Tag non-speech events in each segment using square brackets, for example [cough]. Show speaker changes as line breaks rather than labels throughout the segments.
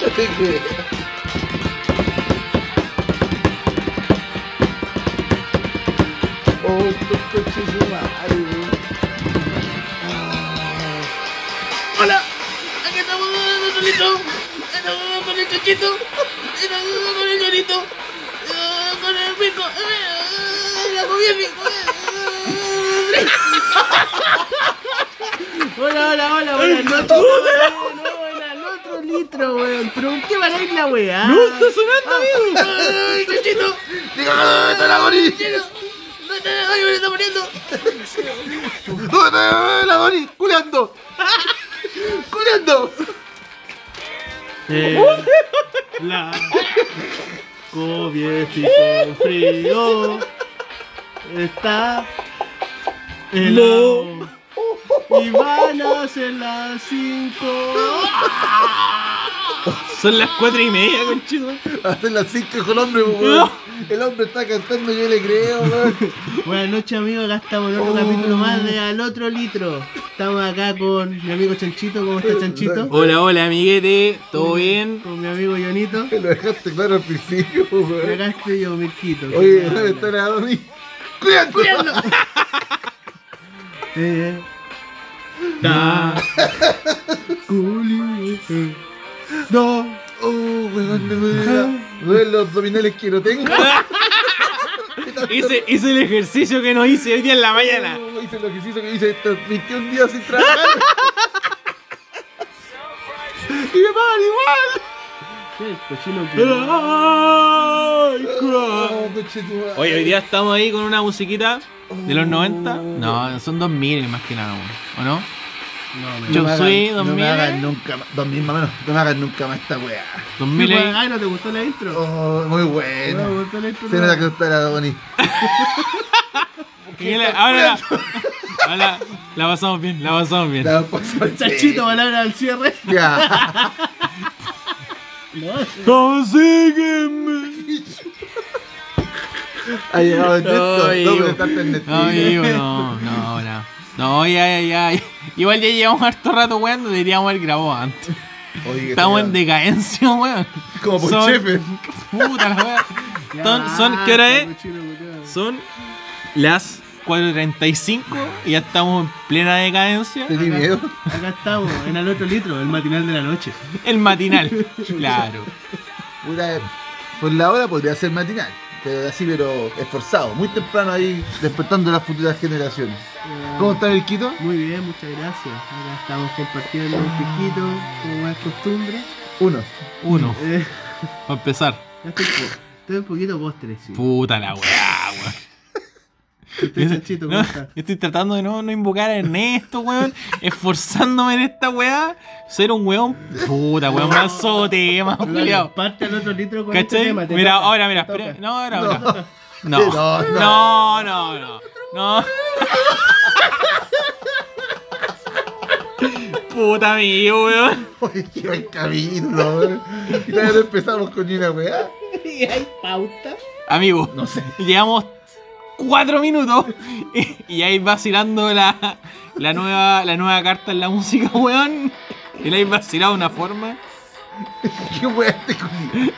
No te creas. Oh, tu coche su madre, weón. Ah,
Hola, aquí estamos con el Tonito, estamos con el Chochito, estamos con el Llorito, eh, con el Pico, eh, la comida Pico. eh.
Hola, hola, hola, buenas noches. weón. No, buena, el otro litro, weón. Pero qué mala es la weá.
¡No está sonando, amigo!
Ay, Chochito,
Dígame dónde está la Doris.
Chochito, no te la me lo está poniendo.
¿Dónde está la Doris? ¡Culeando! ¡Culeando!
Eh, la cobiecito frío está helado y van a ser las 5
Son las cuatro y media, conchito.
Hace las 5 con el hombre, weón. El hombre está cantando, yo le creo, weón.
Buenas noches amigos, acá estamos en otro
Oh.
capítulo más de Al Otro Litro Estamos acá con mi amigo Chanchito, ¿cómo está Chanchito?
Hola, hola, amiguete. ¿Todo bien?
Con mi amigo Jonito
Lo dejaste claro al principio,
Y
weón.
acá estoy yo, Mirquito
Oye, ¿dónde está la Doris? ¡Culeando!
Cuidando.
Eh,
Ta.
culi, eh, No,
Oh, weón, no me duele. Duelen los abdominales que no tengo.
Hice, hice el ejercicio que nos hice hoy día en la mañana.
Oh, hice lo que hizo que hice estos 21 días sin trabajar. y me pagan igual.
el cochino culiao.
Ay, cry.
Oh, conchetumare.
Oye, hoy día estamos ahí con una musiquita de los 90. No, son 2000 más que nada, ¿o no?
No, me-
Yo
me
soy
hagan- No
2000.
me hagan nunca más. 2000 más o menos. No me hagan nunca más esta weá.
2000 ahí.
Ay, ¿no te gustó la intro?
Oh, muy
No, me
bueno.
gustó la intro.
Se nota que no está la Doni.
Y la- Ahora la, ahora la, la pasamos bien, la pasamos bien.
La pasó el
Chanchito, palabra al cierre.
Ya. [laughs]
No,
Consígueme.
Ha llegado el
Ay,
texto.
hijo.
Doble tarta en Netflix.
Amigo, no, no, no. No, ya, ya, ya. Igual ya llevamos harto rato, weón. Deberíamos haber grabado antes.
Oye, que
Estamos
se
en
va.
decadencia, [laughs] weón.
Como por
Son-
chefe.
Puta la weá. Son, son, ¿Qué hora es? Son las 4.35 y ya estamos en plena decadencia.
Te di miedo.
Acá estamos, en el otro litro, el matinal de la noche.
El matinal. Claro.
Puta, por la hora podría ser matinal. Pero así, pero esforzado. Muy temprano ahí, despertando a las futuras generaciones. ¿Cómo está el Quito?
Muy bien, muchas gracias. Acá estamos compartiendo un piquito, como es costumbre.
Uno.
Uno,
Eh,
para empezar.
ya estoy, po- estoy un poquito postre, sí.
Puta la weá, weón.
Estoy chanchito, ¿cómo
[laughs] No,
está?
estoy tratando de no, no invocar a Ernesto, weón. esforzándome en esta weá. Ser un weón. Puta, weón.
No.
Mazo tema, culiao.
Parte al otro litro con este
¿Cachai?
tema. te
Mira,
toca,
ahora, mira.
te toca.
espera- No, ahora,
No.
ahora. No.
No, [laughs]
No, no, no. No. [laughs] Puta mío, weón.
Oye, qué buen camino, weón. Y todavía no empezamos con ni una weá.
[laughs] ¿Y hay pauta?
Amigo,
No sé. [laughs]
llevamos cuatro minutos y, y ahí vacilando la, la, nueva, la nueva carta en la música, weón. Y la hay vacilado de una forma.
Qué weá este culiao.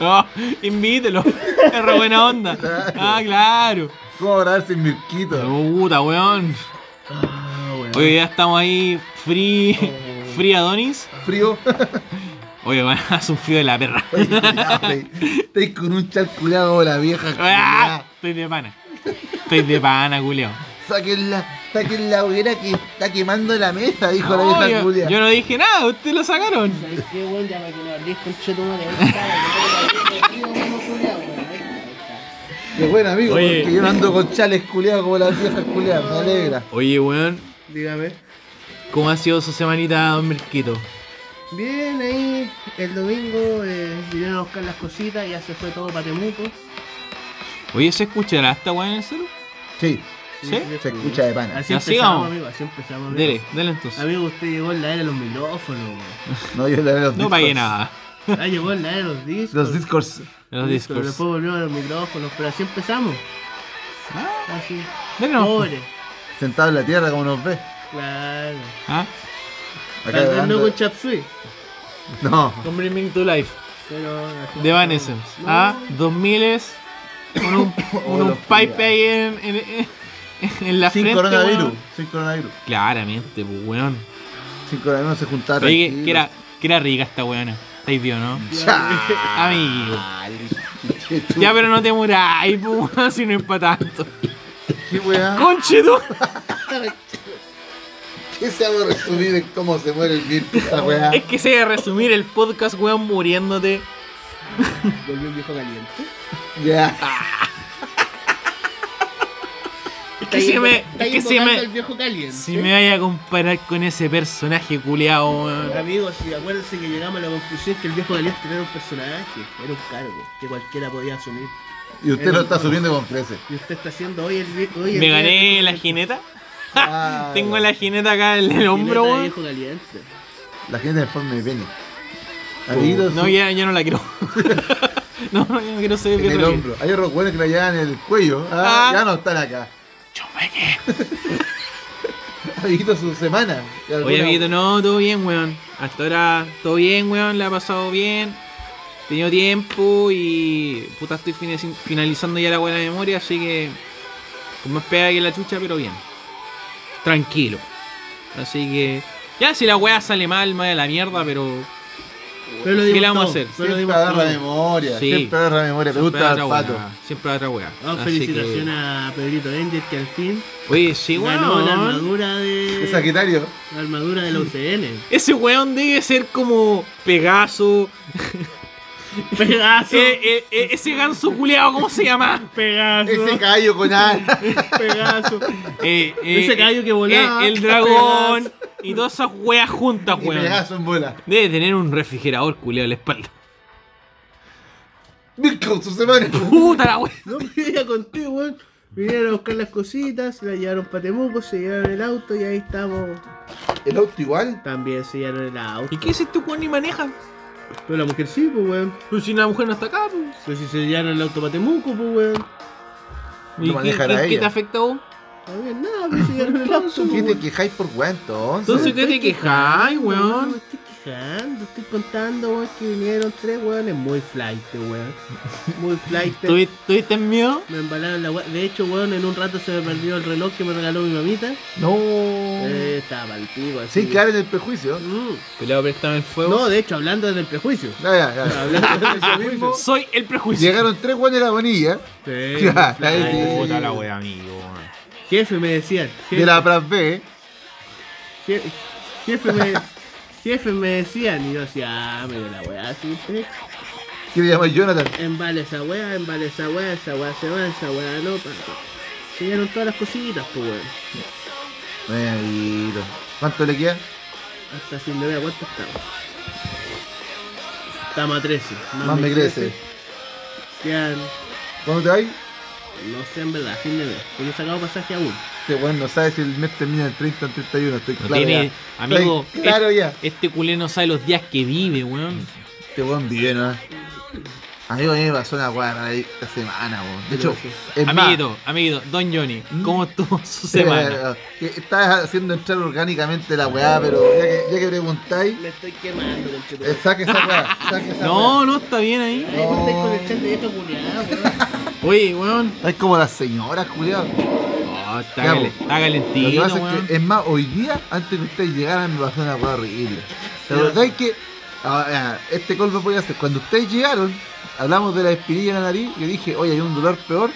Oh, invítelo. Es re buena onda. Ah, claro.
¿Cómo grabar sin Mirquito?
Puta, weón.
Ah, bueno.
Hoy ya estamos ahí free. Free Adonis.
Frío. [laughs]
Oye, weón, [laughs] hace un frío de la perra.
Oye, ya, wey. Estoy con un charculeado la vieja.
[laughs] Ah,
culiao.
Estoy de pana. Estoy de pana, culeo.
Sáquenla, saquen la hoguera que está quemando la mesa, dijo
No,
la vieja
yo,
culia.
yo no dije nada, ustedes lo sacaron.
¿Sabes qué, weón? Ya para que lo hables con cheto madre. Ahí está, ahí está, ahí está, ahí está, ahí está.
Qué bueno, amigo,
Oye.
porque yo no ando con chales culiados como las viejas culiadas, me alegra.
Oye, weón,
Dígame.
¿cómo ha sido su semanita, don Merquito?
Bien, ahí el domingo eh, vinieron a buscar las cositas y ya se fue todo para Temuco.
Oye, ¿se escuchará esta weón en el celu?
Sí,
¿Sí?
se escucha de pana.
Así
Ya,
empezamos,
sigamos.
amigo, así empezamos. Amigo.
Dele, dele entonces.
Amigo, usted llegó en la era de los micrófonos, weón.
No, yo le los
No
discos.
pagué nada.
Ah, llegó en la era de los discos.
Los discos.
Los
Listo,
discos.
Después volvimos a los micrófonos, pero así empezamos.
Ah,
Así.
dele nomás.
Pobre.
Sentado en la tierra como nos ve.
Claro.
Ah,
Acá
Tal vez no
dando-
con Chapsui.
No.
Con Bring Me to Life.
Pero.
De Ah, Van Essence.
No.
A 2000 es. Con un, con un
los
pipe ahí en, en- en- en la
Sin
frente.
coronavirus.
weón.
Sin coronavirus.
Claramente, pues, weón.
Sin coronavirus se juntaron.
Oye, que- que era, que era rica esta weona. Estáis Dios, ¿no? [laughs]
Ya.
Amigo. Ya, pero no te muráis, pues, weón, [laughs] si no es para tanto.
¿Qué weá?
Conchito.
¿Qué se va a resumir en cómo se muere el virus esta weá?
Es que se debe resumir el podcast, weón, muriéndote.
Volvió un viejo caliente.
Ya.
Es que si me. Es que si
El
me.
viejo caliente.
Si me vaya a comparar con ese personaje culiao, weón.
Amigos, y acuérdense que llegamos a la conclusión que el viejo caliente no era un personaje, era un cargo que cualquiera podía asumir.
Y usted lo está subiendo con creces.
Y usted está haciendo hoy el viejo. Hoy el
Me
día
gané
del
la
viejo-
jineta.
Ah,
[laughs] Tengo la jineta acá en el
Jineta de
hombro, weón.
viejo caliente.
La gente de forma de pene. Amiguitos,
No, ya, ya no la quiero. [laughs] no, no, ya no quiero ser
en el
viejo.
hombro. Hay otros weones que la llevan en el cuello. Ah,
Ah.
Ya no están acá. [laughs]
Chumeque.
Amiguitos, su semana.
Oye,
Alguna-
amiguito, no, todo bien, weón. Hasta ahora, todo bien, weón. La ha pasado bien. He tenido tiempo y. Puta, estoy fini- finalizando ya la buena memoria, así que. Con más pega que la chucha, pero bien. Tranquilo. Así que. Ya, si la weá sale mal, me de la mierda, pero.
Pero lo
¿Qué
dimos
le vamos
todo,
a hacer?
pero lo
Siempre
dimos
agarra
todo.
memoria,
Sí.
siempre agarra memoria, me
siempre
gusta
habrá
el pato.
weá, Siempre habrá weá.
Ah,
Así
felicitaciones
que-
a Pedrito Engel que al fin
Oye, sí,
ganó la
weón.
armadura de.
El Sagitario,
La armadura de la UCN.
Ese weón debe ser como Pegaso.
[laughs] Pegaso.
Eh, eh, eh, ese ganso culeado, ¿cómo se llama?
Pegaso.
[laughs]
ese callo con ala.
Pegaso.
Eh, eh,
Ese caballo que volaba.
eh, [laughs] el dragón. Y todas esas weas juntas,
y
weón.
pegazo en bola.
Debe tener un refrigerador culeado en la espalda. [laughs]
Mirko, su semana.
Puta la wea.
No [laughs] me ya conté, weón. Vinieron a buscar las cositas, se las llevaron para Temuco, se llevaron el auto y ahí estamos.
El auto igual.
También se llevaron el auto.
¿Y qué es tú weón y maneja?
Pero la mujer sí, pues weón.
Pues si una mujer no está acá, pues.
Pero si se llevaron el auto para Temuco, pues weón.
No
¿Y qué,
manejará
qué- qué
ella.
te afecta a vos?
También nada, pues se llevaron el auto.
¿Qué
pues,
te
weón.
quejáis por weón entonces?
Entonces, ¿qué te quejáis,
No, me
weón?
estoy quejando, estoy contando, weón, que vinieron tres weones muy flight, weón. Muy flight.
¿Tuvi- [laughs] ¿Tuviste miedo?
Me embalaron la weá. De hecho, weón, en un rato se me perdió el reloj que me regaló mi mamita.
No.
Oh.
Eh, estaba mal pico, así.
Sin caer en el prejuicio.
Mm.
Pelado, préstame el fuego.
No, de hecho, hablando desde el prejuicio.
Ya, ya, ya.
Hablando desde el prejuicio.
Soy el
[laughs]
prejuicio.
Llegaron tres weones de la bonilla. [laughs]
Sí,
Ya,
muy flight.
ahí sí.
Puta la wea, amigo. weón.
Jefe, me decían. Jefe,
De la Pras B.
je- jefe me. Jefe me decían, y yo decía, ah, me dio la weá, así usted.
Que le llamas Jonathan.
Embale esa weá, embale esa weá, esa weá se va, esa weá no, pato. Se llegaron todas las cositas, pues weón.
Amiguito. ¿Cuánto le queda?
Hasta fin de mes, ¿cuánto estamos? Estamos a 13.
Más me crece.
Quedan,
¿Cuándo te vais?
no sé en verdad, fin de mes. Porque he sacado pasaje aún.
Este weón no sabe si el mes termina el 30 o el 31. Estoy
No
claro.
tiene-
ya.
amigo,
Estoy claro ya.
Este culé no sabe los días que vive, weón.
Este weón vive, ¿no? Amigo, a mí me pasó una guarra ahí esta semana, weón. De hecho, es más,
Amiguito, amiguito, Don Johnny, ¿cómo estuvo su semana?
[laughs] eh, que Estás haciendo entrar orgánicamente la weá, pero ya que, ya que preguntáis,
Me estoy quemando, conchetumare.
eh, saque esa weá, saque esa
No, no, está bien ahí.
Ahí vos estáis con el chat de vieja culiada, weón.
Oye, weón.
Es como las señoras, culiado.
Oh, está,
Ya,
cal-
po.
está
Lo que
calentito,
pasa
weón.
es que, eh, es más, hoy día, antes que ustedes llegaran, me pasó una weá horrible. La verdad es que, ah, ah, este call lo voy a hacer. Cuando ustedes llegaron, hablamos de la espinilla en la nariz, yo dije, oye, hay un dolor peor,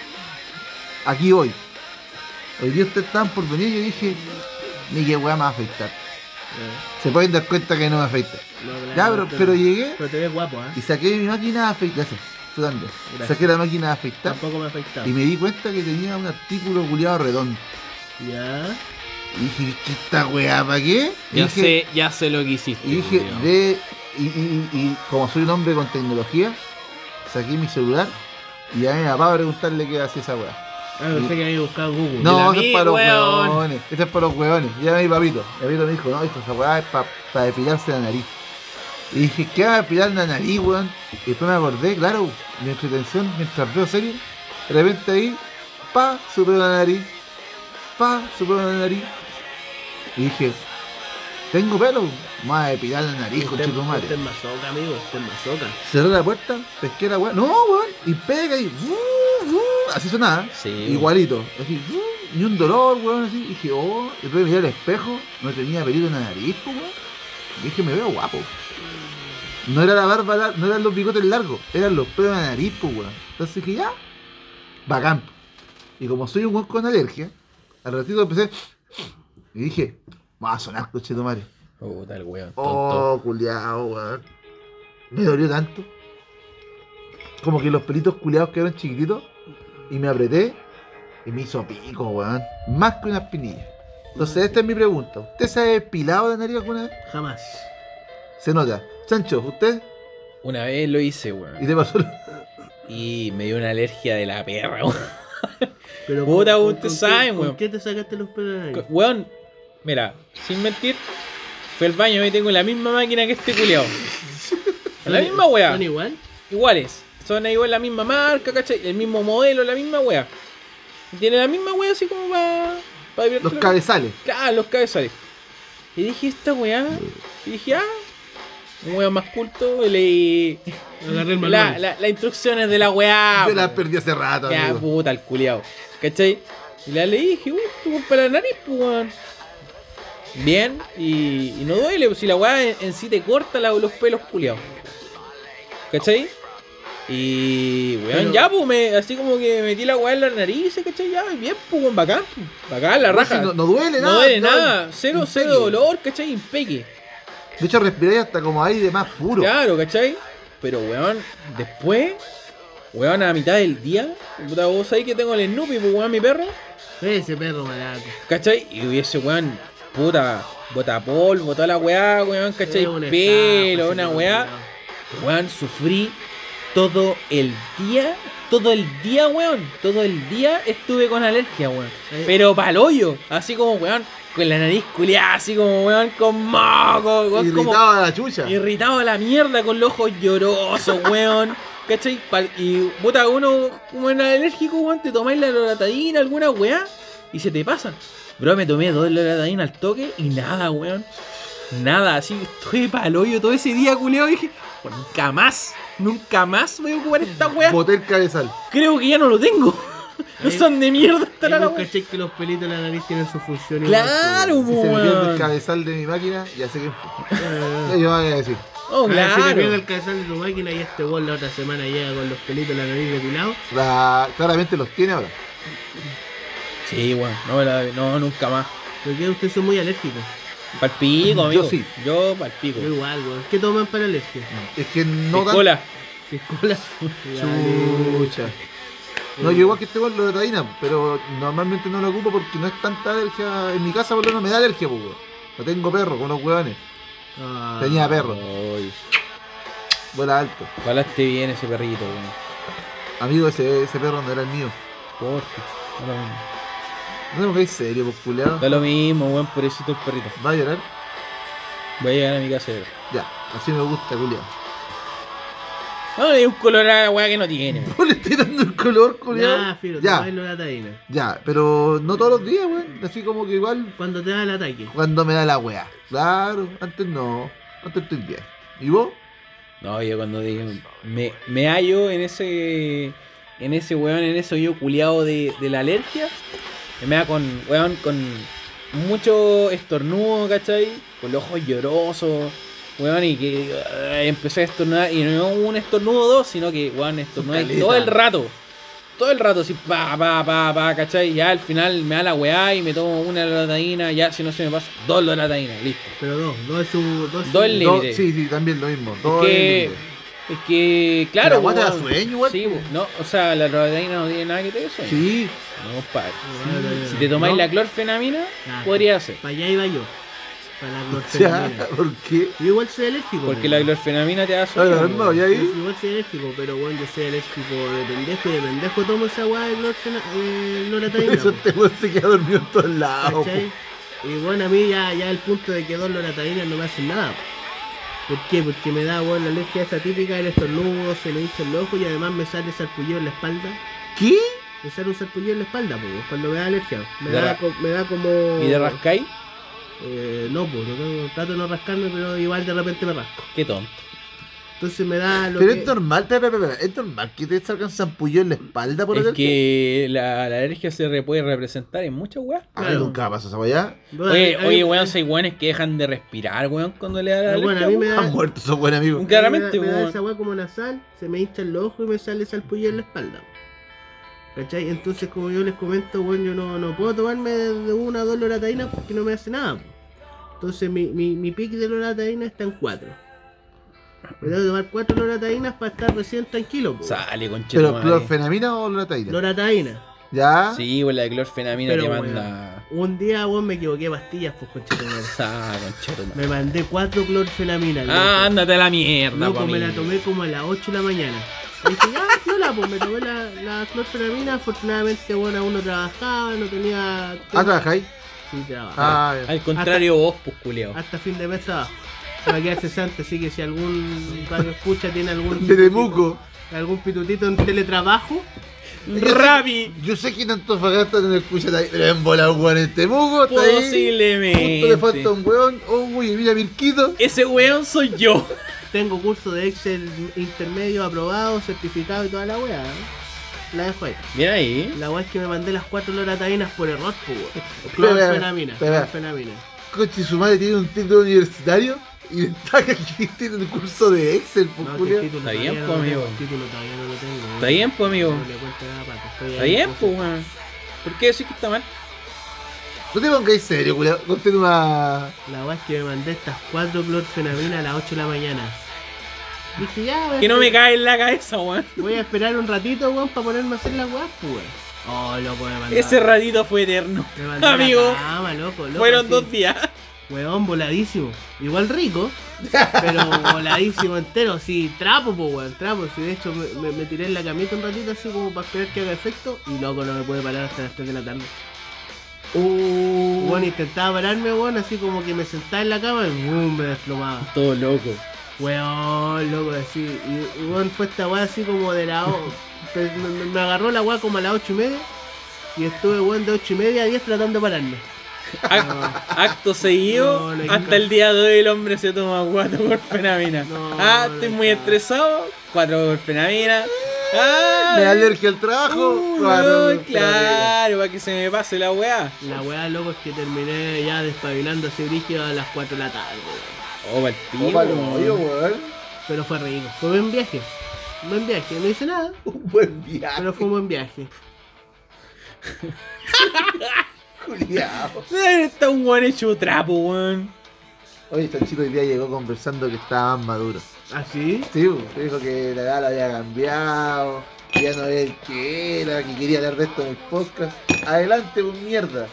aquí voy. Hoy día ustedes estaban por venir, yo dije, ni que weá me va a afectar. Se pueden dar cuenta que no me afecta.
No,
Ya, pero, pero llegué
Pero te ves guapo, ¿eh?
y saqué mi máquina de afeitar. Gracias, sudando.
Gracias.
Saqué la máquina de afeitar
Tampoco me ha afectado.
y me di cuenta que tenía un artículo culiado redondo.
Ya.
Y dije, ¿qué esta weá para qué? Y
Ya
dije,
sé, ya sé lo que hiciste.
y dije,
weón.
de. Y, y- y- y como soy un hombre con tecnología, saqué mi celular y llamé a mi papá a preguntarle qué hacía esa weá.
Ah, pensé que había buscado Google.
No,
la
eso es
mi,
para los
weón.
hueones. Eso es para los hueones. Y llamé a mi papito. Mi papito me dijo, no, hijo, esa weá es para depilarse la nariz. Y dije, ¿qué va a depilar la nariz, weón? Y después me acordé, claro, mi entretención mientras veo series, de repente ahí, pa, supero la nariz, pa, supero la nariz. Y dije, Tengo pelo, me voy a depilar la nariz,
Usted-
con
usted es masoca, amigo. Usted es masoca.
Cerré la puerta, pesqué la weá. No, weón. Y pega y. ¡vu, vu! Así sonaba.
Sí, weón.
Igualito. Así. ¡vu! Y un dolor, weón. Así. Y dije, oh. Y después miré al espejo. No tenía pelito en la nariz, po, weón. Y dije, me veo guapo. No era la barba, lar- no eran los bigotes largos. Eran los pelos en la nariz, po, weón. Entonces dije, ya. Bacán. Y como soy un weón con alergia, al ratito empecé. Y dije, va a sonar, coche de madre.
Puta el weón, tonto.
Oh, culiao, weón. Me dolió tanto. Como que los pelitos culiados quedaron chiquititos. Y me apreté. Y me hizo pico, weón. Más que una espinilla. Entonces, esta es mi pregunta. ¿Usted se ha depilado la nariz alguna vez?
Jamás.
Se nota. Sancho, ¿usted?
Una vez lo hice, weón.
¿Y te pasó? lo-
Y me dio una alergia de la perra, weón.
Pero
Puta,
¿con-
usted
con- con
sabe,
qué-
weón.
¿Con qué te sacaste los pelos de la nariz?
Weón, mira, sin mentir, fui al baño y tengo la misma máquina que este
[laughs]
culiao. La misma weá.
¿Son igual?
Iguales. Son igual la misma marca, ¿cachai? El mismo modelo, la misma weá. Tiene la misma weá así como para... Para
Los cabezales.
Claro, los cabezales. Y dije esta weá. Y dije, ah, un weón más culto. E Y leí
Agarré el manual.
la- la- las instrucciones de la weá.
Yo las
po.
perdí hace rato,
Ah, Ya,
amigo.
puta, el culiao. ¿Cachai? Y la leí y dije, uy, tú para la nariz, pues, weón. Bien, y, y no duele, pues si la weá en, en sí te corta la- los pelos culiados. ¿Cachai? Y, weón,
Pero-
ya, pues, me, así como que metí la weá en la nariz, ¿cachai? Ya, bien, pues, weón, bacán, pues, bacán, la raja.
Sí, No, no duele nada.
No duele nada, cero,
Impeque.
cero dolor, ¿cachai? Impeque.
De hecho, respiré hasta como aire más puro.
Claro, ¿cachai? Pero, weón, después, weón, a mitad del día, puta, vos sabés que tengo el Snoopy, pues, weón, mi perro,
Ese perro malato.
¿cachai? Y hubiese, weón, puta, botapolvo, toda la weá, weón, ¿cachai?
Es una estafa,
Pelo, una
ese
weá.
perro
Weón, sufrí todo el día, todo el día, weón, todo el día estuve con alergia, weón.
Eh.
Pero pa'l hoyo, así como, weón, con la nariz culiada, así como, weón, con moco, weón, como...
Irritado a la chucha.
Irritado a la mierda con los ojos
[laughs]
llorosos, weón. ¿Cachai? Pal- y puta, uno como en alérgico, weón, te tomáis la loratadina, alguna weá, y se te pasa. Bro, me tomé dos loratadina al toque y nada, weón. Nada, así estoy pa'l hoyo todo ese día, culeado. Dije, nunca más, nunca más voy a ocupar esta weá.
Boté el cabezal.
Creo que ya no
[laughs]
lo tengo. No son de mierda
malato.
estará
Ahí
la
vos
weá.
caché que los pelitos de la nariz tienen su función. igual,
Claro,
Si se me pierde el
weón.
cabezal de mi máquina, ya sé que
pues, weón.
Yo voy a decir.
Oh,
Ah, Si te pierde
claro.
el cabezal de tu máquina y este gol la otra semana llega con los pelitos de la nariz depilados.
La- claramente los tiene ahora.
Sí, weón. No, me la- no, nunca más.
Porque ustedes son muy alérgicos.
Palpico,
Yo
amigo.
sí.
Yo palpico.
Yo igual, weón. ¿Qué toman para alergia?
Es que no tan
Piscola.
Piscola.
chucha. No, yo igual que este con loratadina, pero normalmente no lo ocupo porque no es tanta alergia. En mi casa, por lo menos, me da alergia, pues, weón. No tengo perro con los huevones.
Ah,
Tenía perro,
Ay,
vuela alto.
ojalá esté bien ese perrito, weón.
Amigo, ese, ese perro no era el mío.
Porte. Da lo mismo.
No me pongáis serio, pues, culiao.
Da lo mismo, weón, pobrecito el perrito.
¿Va a llorar?
Voy a llegar a mi casa. de ver.
Ya, así me gusta, culiao. [laughs]
No le di un color a la weá que no tiene, weón.
No le estoy dando el color, culiao.
Ya, Firo,
ya,
tomáis loratadina.
ya, pero no todos los días, weón. Así como que igual
Cuando te da el ataque.
Cuando me da la wea. Claro, antes no. Antes estoy bien. ¿Y vos?
No, yo cuando digo. Me, me hallo en ese. En ese weón, en ese yo culiado de, de la alergia. Me da con. weón, con. Mucho estornudo, ¿cachai? Con los ojos llorosos. Weón, y que ah, empecé a estornudar. Y no un estornudo o dos, sino que, weón, estornudé
Caleta.
todo el rato. Todo el rato, así, pa, pa, pa, pa, ¿cachai? Ya al final me da la weá y me tomo una loratadina. Ya, si no se me pasa, dos loratadinas, listo.
Pero dos, dos es su. Dos, es
Dos
su-
el
Do-
límite.
sí, sí, también lo mismo. Todo
que-
el límite.
Es que, claro.
La guata da
weón.
sueño, weón.
Sí, bo. no, o sea, la rodadina no tiene nada que te dé sueño.
Sí,
No, compadre.
Loratadina.
Si te tomáis
No.
la clorfenamina,
Ah,
podría ser.
Para allá iba yo. Para la
ya,
clorfenamina.
[laughs] ¿por qué?
Yo igual soy alérgico.
Porque
weón.
la clorfenamina te da sueño.
Claro, no,
weón.
ya
Yo
ahí.
igual soy alérgico, pero bueno, yo soy alérgico de pendejo y de pendejo tomo esa weá de clorfena- eh,
Por [laughs]
loratadina.
eso
po,
este weón se queda dormido en todos
Ah,
lados.
¿cachai? Y bueno, a mí ya, ya el punto de que dos loratadinas no me hacen nada. po. ¿Por qué? Porque me da bueno, la alergia esa típica del estornudo, se me hincha el ojo y además me sale sarpullido en la espalda.
po. ¿Qué?
pues, Me sale un sarpullido en la espalda, po, cuando me da alergia. Me
De
da,
ra-
co- me da como...
¿Y te rascáis?
Eh, no, pues, no tengo- trato de no rascarme, pero igual de repente me rasco.
Qué tonto.
Entonces me da lo
Pero
que...
es normal, espera, espera, espera, es normal que te salgan zampullos en la espalda por
Es
el
que la, la alergia se re- puede representar en muchas weas.
Ah,
Claro.
nunca pasa esa weá.
Bueno, hay-
Oye, oye,
hay-
weón, si hay weones que dejan de respirar, weón, cuando le da la
Ah,
alergia.
bueno, a mí me
weón.
da-
Han muerto esos buenos amigos.
Un-
me
Claramente,
da, me da
weón.
esa weá como nasal, se me hinchan los ojos y me sale salpullido en la espalda. weón. ¿Cachai? Entonces, como yo les comento, weón, yo no, no puedo tomarme de una o dos loratadinas porque no me hace nada. weón. Entonces, mi, mi, mi pick de loratadina está en cuatro. Me tengo que tomar cuatro loratadinas para estar recién tranquilo, po.
Sale, conchero.
Pero clorfenamina o loratadina.
Loratadina.
Ya.
eh. Sí, weón, la de clorfenamina
Pero,
te
weón.
manda.
Un día, weón, me equivoqué de pastillas, pues, conchetumare.
Sale, conchetumare.
Me mandé cuatro clorfenaminas.
Ah,
loco.
ándate a la mierda,
Loco,
po,
pues me la
amigo.
tomé como a las 8 de la mañana. Y dije, ah, piola, pues me tomé la, la clorfenamina. Afortunadamente, bueno, uno trabajaba, no tenía.
Ah, trabajáis.
Sí, trabajaba.
Ah, ya.
Al contrario, vos, pues, culeo.
Hasta fin de mes trabajo. Me quedé cesante, así que si algún radio escucha tiene algún.
de Temuco.
Algún pitutito en teletrabajo.
Rabi.
Yo sé que en Antofagasta no escucha nadie, pero en bola un weón en Temuco. Está ahí. Justo le falta
Posiblemente.
un weón. Oh, uy, mira Mirquito.
Ese weón soy yo.
Tengo curso de Excel intermedio aprobado, certificado y toda la weá. ¿eh? La dejo ahí.
Bien ahí.
La weá es que me mandé las cuatro loratadinas por error, pues. weón.
Espera,
Clorfenamina,
espera.
clorfenamina.
Coche, su madre tiene un título universitario. Y destaca que tiene un curso de Excel, pues,
No, que
Julio.
el título
Está
todavía
bien,
no
po,
lo tengo,
amigo.
el título todavía no lo tengo.
Está bien, po, amigo.
No le cuento nada, Pato, estoy
Está
ahí,
bien,
entonces.
pues, weón. ¿Por qué decís que está mal?
No te pongas serio, Julio. Conté una.
pues.
La weá es que me mandé estas cuatro clorfenamina a las 8 de la mañana. Dije, ya, weón,
Que no me cae en la cabeza, weón.
Voy a esperar un ratito, weón, para ponerme a hacer la weá, pues, weón. Oh, loco, me mandé.
Ese ratito fue eterno.
me mandé a la
amigo,
cama, loco, loco,
Fueron
así.
dos días.
Weón, voladísimo. Igual rico, pero voladísimo entero. Sí, trapo, pues, weón, trapo. Si de hecho me, me- me tiré en la camita un ratito así como para esperar que haga efecto. Y loco, no me puede parar hasta las 3 de la tarde.
Uh,
Bueno, intentaba pararme, weón, así como que me sentaba en la cama y boom, me desplomaba.
Todo loco.
Weón, loco, así. Y, y, weón, fue esta weá así como de la. o- pues, me, me- me agarró la weá como a las 8 y media. Y estuve, weón, de 8 y media a 10 tratando de pararme.
Ac- Acto seguido,
No, no hay
hasta
caso.
el día de hoy el hombre se toma cuatro golpenamina.
No,
ah,
no
estoy
hay
muy
caso.
estresado, cuatro golpenamina. Ah,
me da alergia al trabajo.
uh,
Claro,
no, claro, para que se me pase la weá.
La weá, loco, es que terminé ya despabilando así brígido a las 4 de la tarde, weón.
Oh, pa'l pico.
Opa, lo odio, weón.
Pero fue rico. Fue buen viaje. Buen viaje, no hice nada,
Un buen viaje,
pero fue un buen viaje.
culiao.
Ay, Está un weón hecho trapo, weón.
Oye, este chico hoy día llegó conversando que estaba más maduro.
¿Así?
Sí, bo, dijo que la edad lo había cambiado, que ya no era el que era, que quería hablar de esto en el podcast. Adelante, un
[laughs]
mierda.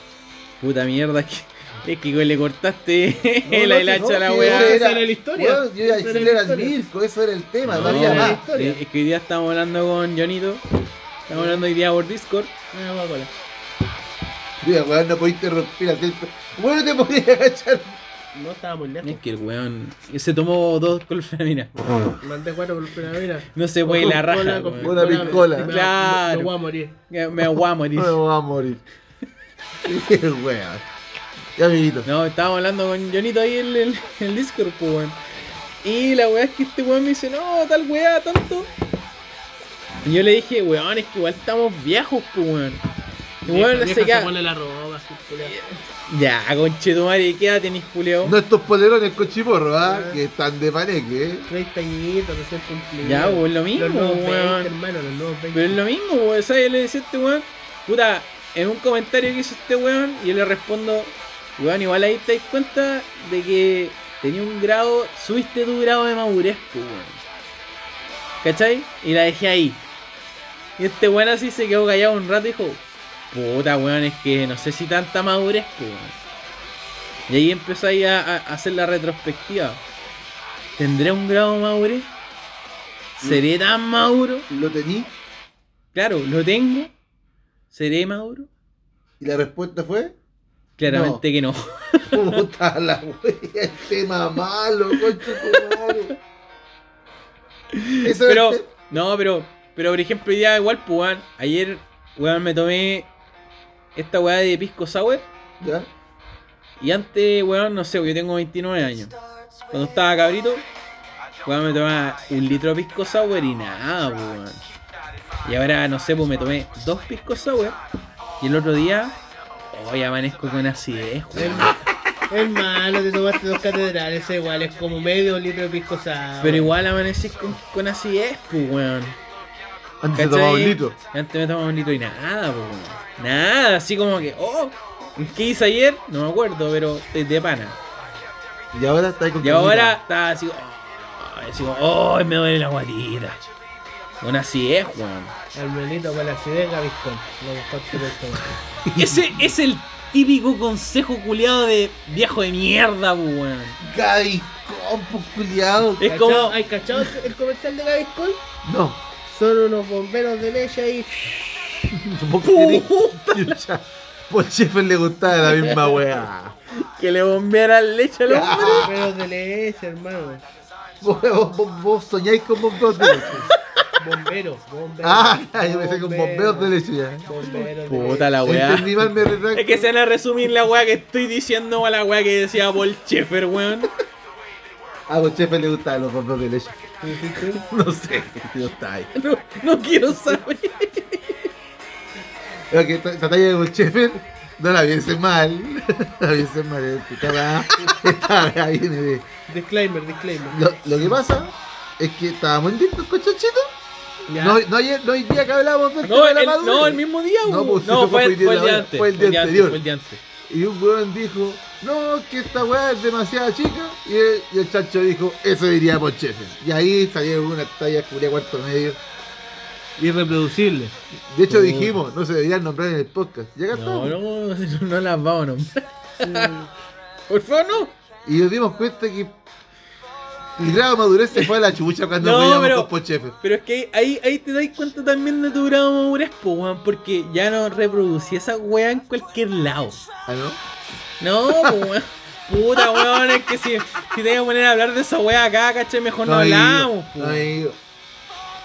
Puta mierda, es que, es que le cortaste [laughs]
No, no,
la
que
hilacha
no,
a la
que
weá.
ese
Esa era la historia.
weón, yo iba a
Esa era
decirle
la
al
historia.
Mirko, eso era el tema, no,
No, eh.
había más.
es es que hoy día estamos hablando con Jonito. Estamos hablando hoy día por Discord.
Una Coca-Cola.
Mira, weón, no podía interrumpir así. Bueno, te podía [laughs] agachar.
No estaba muy lejos.
Es que el weón se tomó dos [laughs] colfaminas.
Mandé cuatro por primera
No se puede la raja.
con
weón.
Una piscola.
Claro.
Claro.
Me voy a morir.
Me- Me aguamo, dice.
No me voy a morir. [laughs] weón. Ya, amiguito.
No, estábamos hablando con Jonito ahí en el, en el Discord, pues, weón. Y la weá es que este weón me dice, no, tal weá, tanto. Y yo le dije, weón, es que igual estamos viejos, pues, weón. Y weón,
Vieja,
se
vieja,
queda-
pone la ropa, así, culiao.
Ya, conchetumare, ¿qué edad tenés, culeo?
No estos polerones cochiporro, ¿ah? Que están de paneque, ¿eh?
30 añitos, recién cumplidos.
Ya, pues, lo mismo,
Los nuevos 20,
weón.
hermano, los nuevos 20.
Pero es lo mismo, weón. ¿Sabes? Yo le decía a este weón, puta, en un comentario que hizo este weón, yo le respondo, weón, igual ahí te das cuenta de que tenía un grado, subiste tu grado de madurez, pues, weón. ¿Cachai? Y la dejé ahí. Y este weón así se quedó callado un rato y dijo, puta, weón, es que no sé si tanta madurez, pues, weón. Y ahí empezó ahí a, a- a hacer la retrospectiva. ¿Tendré un grado de madurez? ¿Seré tan maduro?
Lo tení
Claro, lo tengo. ¿Seré maduro?
y la respuesta fue...
Claramente que no. [laughs]
Puta la wea, el tema malo, concho tu madre. Eso
Pero,
es el
no, pero, pero por ejemplo, hoy día igual, pues, weón, ayer, weón, me tomé esta weá de pisco sour
te- ¿Ya?
Y antes, weón, no sé, yo tengo 29 años. Cuando estaba cabrito, weón, me tomaba un litro de pisco sour y nada, pues, weón. Y ahora, no sé, pues me tomé dos pisco sour. Y el otro día, hoy amanezco con acidez, weón.
Hermano, te tomaste dos catedrales iguales, como medio litro de pisco sour.
Pero igual amanecí con, con acidez, pues, weón.
Antes se tomaba un
¿Cachai?
litro.
Antes me tomaba un litro y nada, po, weón. Nada, así como que, oh, ¿qué hice ayer? No me acuerdo, pero de, de pana.
Y ahora está ahí con
Y
tu
ahora
amiga.
estaba así, oh, así como, oh, me duele la guatita. Bueno, así es, [laughs] weón.
Hermanito, con la acidez, Gaviscón. Lo mejor que puedes tomar.
Ese es el típico consejo culiado de viejo de mierda, po, weón.
Gaby, compu, culiado.
[laughs] Es
¿Cachado?
como,
¿Hay cachado el comercial de Gaviscon?
No.
Son unos bomberos de leche
[laughs]
ahí.
Tampoco tiene- Chucha, Paul Schaefer le gustaba la misma weá.
que le bombearan leche al hombre.
Ah.
Bomberos de leche, hermano.
Vos, vos- vos soñáis con bombeos de leche.
Bomberos, bomberos.
Ah, ya, yo pensé con bombeos de leche ya.
Bomberos de
Puta
leche.
la weá.
Entendí mal, me retracto.
Es que se van a resumir la weá que estoy diciendo a la weá que decía Paul Schaeffer, weón.
A Paul Schaefer le gustaban los bombeos de leche. No sé, [laughs] yo está ahí.
[laughs] No, no quiero saber.
Pero que esta esta talla de Paul Schaefer, no la viese mal. [laughs] La viese mal. eh, Esta [laughs] weá- esta weá viene de...
Disclaimer, disclaimer.
Lo, lo que pasa es que estábamos en discos con Chanchito.
Ya.
No, no, ayer, no hoy día que hablábamos [laughs] del
No,
tema de
el,
la madurez.
no, el mismo día,
No,
no,
pues,
no
eso
fue,
fue
el-
hoy día de
fue el día
la-
antes.
fue el día
antes,
anterior.
fue el día antes.
Y un weón dijo, no, que esta weá es demasiado chica. Y el, y el chancho dijo, eso diría Ponchefe. Y ahí salieron una talla cubría cuarto medio.
Irreproducible.
De hecho
Oh.
dijimos, no se deberían nombrar en el podcast. Llega
No, no, no las vamos a nombrar. [laughs] Por favor, no.
Y nos dimos cuenta que el grado de madurez se fue a la chucha cuando
[laughs] No,
nos veíamos
pero-
con Ponchefe.
Pero es que ahí, ahí te dais cuenta también de tu grado de madurez, po, weón, porque ya no reproducí esa weá en cualquier lado.
Ah, ¿no?
No, po, weón.
[laughs]
Puta weón, es que si, si te voy a poner a hablar de esa weá acá, caché, mejor no,
amigo,
hablamos, po.
no, amigo.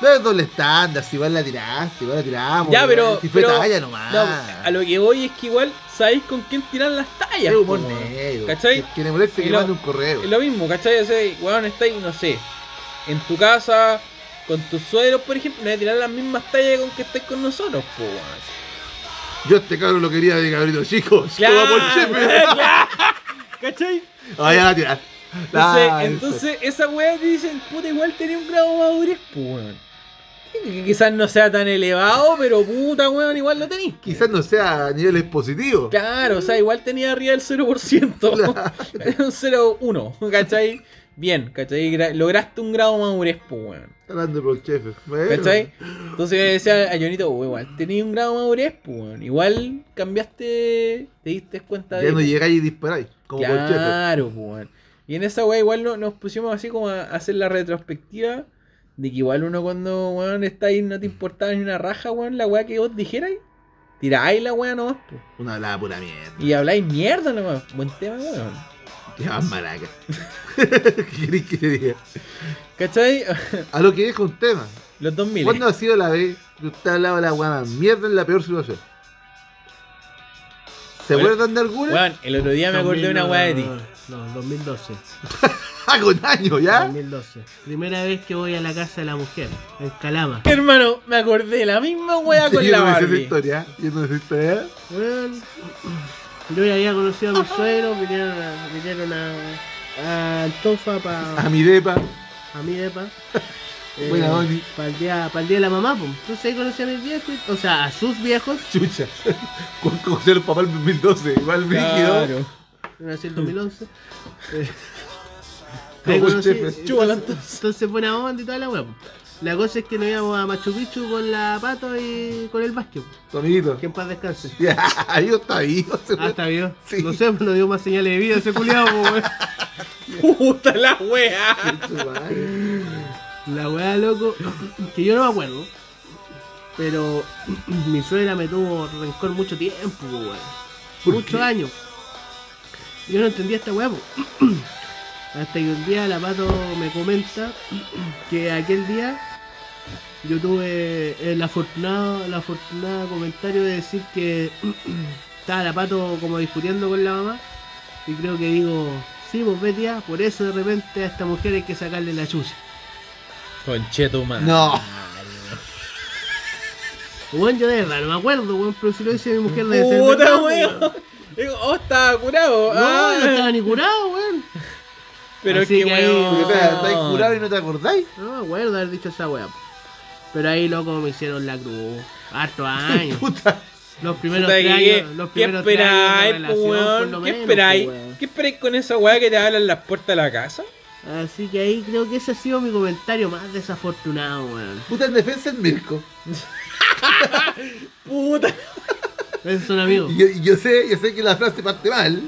No es doble estándar, si igual la tiraste, igual la tiramos.
Ya,
weón.
pero.
Si fue
pero-
talla nomás.
no, a lo que voy es que igual sabéis con quién tirar las tallas.
Es humor
po, weón.
negro.
¿Cachai?
Que- Que le moleste
Y
que
lo-
mande un correo.
Es lo mismo, ¿cachai? O sea, weón, estáis, no sé, en tu casa, con tus suegros, por ejemplo, no hay que tirar las mismas tallas con que estáis con nosotros, po, weón.
Yo a este cabrón lo quería de cabrito chico.
Claro,
Como por chefe.
[laughs]
[laughs]
claro. ¿Cachai?
Ah, ya la tirar. pues.
Entonces, entonces esa weá te dicen, puta, igual tenía un grado de madurez, po, weón. Que quizás no sea tan elevado, pero puta, weón, igual lo tenéis.
Quizás no sea a niveles positivos.
Claro, o sea, igual tenía arriba del 0%. Era [laughs] un 0,1, ¿cachai? Bien, ¿cachai? Gra- Lograste un grado de madurez, po, weón.
Hablando por chefe. Bueno,
¿Cachai?
pues.
Entonces yo le decía a Jonito, "Oh, igual tenías un grado de madurez, pues, weón. igual cambiaste, te diste cuenta de.
Ya no llegáis y disparáis. Como por chefe.
claro, pues, weón. Y en esa weá igual no- nos pusimos así como a hacer la retrospectiva de que igual uno cuando, weón, está ahí, no te importaba ni una raja, weón, la weá que vos dijerais, tiráis la weá nomás, pues.
Una hablada pura mierda.
Y habláis mierda nomás. Buen tema, weón.
Qué más maraca. [laughs] ¿Qué querés que te diga?
¿Cachai? [laughs]
A lo que dejo un tema.
Los 2000.
¿Cuándo ha sido la vez que usted ha hablado de la guana mierda en la peor situación? ¿Se
Bueno,
acuerdan de alguna? [laughs]
Weón, el otro día me acordé de una weá de ti.
No, 2012.
Ah, con años ya.
2012. Primera vez que voy a la casa de la mujer, en Calama.
Hermano, me acordé de la misma weá con
Yo
la
no me sé esa
Barbie.
historia. Yo no me sé esa historia.
Weón, yo ya había conocido a mis suegros, vinieron a, vinieron a, a Antofa para
A mi depa.
a mi depa.
[laughs] Buena, Doni.
Para el día, pa'l día de la mamá, pues. Entonces ahí conocí a mis viejos, o sea, a sus viejos.
Chucha. [laughs] Con conocer el papá en 2012. Igual brígido.
Claro.
Nací
[laughs]
en 2011. Eh,
Hmm. Como
ahí conocí-
usted, pues.
Chúbala
entonces, entonces buena onda y toda la wea. po. La cosa es que nos íbamos a Machu Picchu con la pato y con el básquet. po.
Tu amiguito.
Que en paz descanse.
[laughs] Ya, ahí está vivo. se
Ah,
fue.
Hasta vio.
Sí.
No sé, pues, no dio más señales de vida ese culiado, weón.
Puta la weá.
Chucha, madre.
La weá, loco, que yo no me acuerdo, pero [clears throat] mi suegra me tuvo rencor mucho tiempo, po, weón. Muchos años. Yo no entendía esta weá, po. [clears throat] Hasta que un día la pato me comenta [clears throat] que aquel día yo tuve el afortunado, el [clears throat] afortunado comentario de decir que estaba la pato como discutiendo con la mamá. Y creo que digo, sí, vos ves, tía, por eso de repente a esta mujer hay que sacarle la chucha.
Concheto, man.
No.
Weón, yo de verdad no me acuerdo, weón, pero si lo dice mi mujer debe ser
Puta,
verdad,
weón.
weón.
Digo, oh, estaba curado.
No,
ah,
no estaba ni curado, weón.
pero es
Así
que,
que ahí-
Porque,
weón.
espera, ¿Estáis curados y no te acordáis?
No me acuerdo haber dicho esa weá. Pero ahí, loco, me hicieron la cruz. Harto años.
Puta.
Los primeros
Puta,
tres
¿qué-
años. Los
¿Qué
primeros tres años
esperáis,
de
po,
relación, por lo
weón? ¿Qué
menos,
esperáis?
po, weón.
¿Qué esperáis con esa weá que te hablan las puertas de la casa?
Así que ahí creo que ese ha sido mi comentario más desafortunado, weón.
Puta en defensa en Mirko.
Puta.
Esos son amigos.
Y yo, y yo sé, yo sé que la frase parte mal.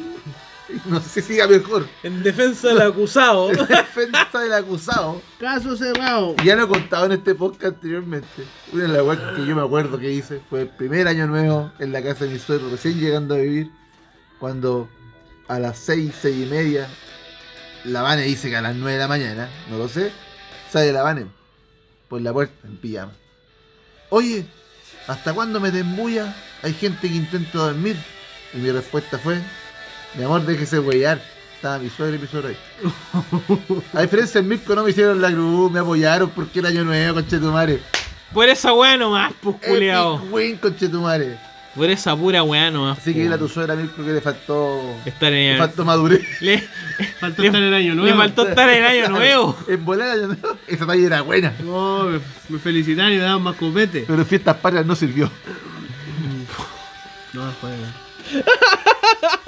No sé si siga mejor. [laughs]
En defensa del acusado. [laughs]
En defensa del acusado.
Caso cerrado.
Ya lo he contado en este podcast anteriormente. Una de las weas que yo me acuerdo que hice fue el primer año nuevo en la casa de mi suegro, recién llegando a vivir, cuando a las 6, 6 y media, la Vane dice que a las 9 de la mañana, no lo sé, sale la Vane por la puerta en pijama. Oye, ¿hasta cuándo me desbulla? Hay gente que intenta dormir. Y mi respuesta fue, mi amor, déjese huellar. Estaba mi suegro y mi suegro ahí. A diferencia del Mirko, no me hicieron la cruz, me apoyaron porque era año nuevo, conchetumare.
Por esa weá nomás, pues culeado.
Epic win, conchetumare.
Por esa pura weá nomás.
Así que
pues,
dile a tu suegra, Mirko, que le faltó.
Estar en
[laughs]
Le faltó madurez. [laughs]
[laughs]
Le,
Faltó
Le-
estar el año
le
nuevo.
faltó estar en
[laughs]
año nuevo.
En volar año nuevo. Esa talla era buena.
No, me, me felicitaron y me daban más copete.
Pero en fiestas patrias no sirvió. [laughs]
No,
[laughs]
juega.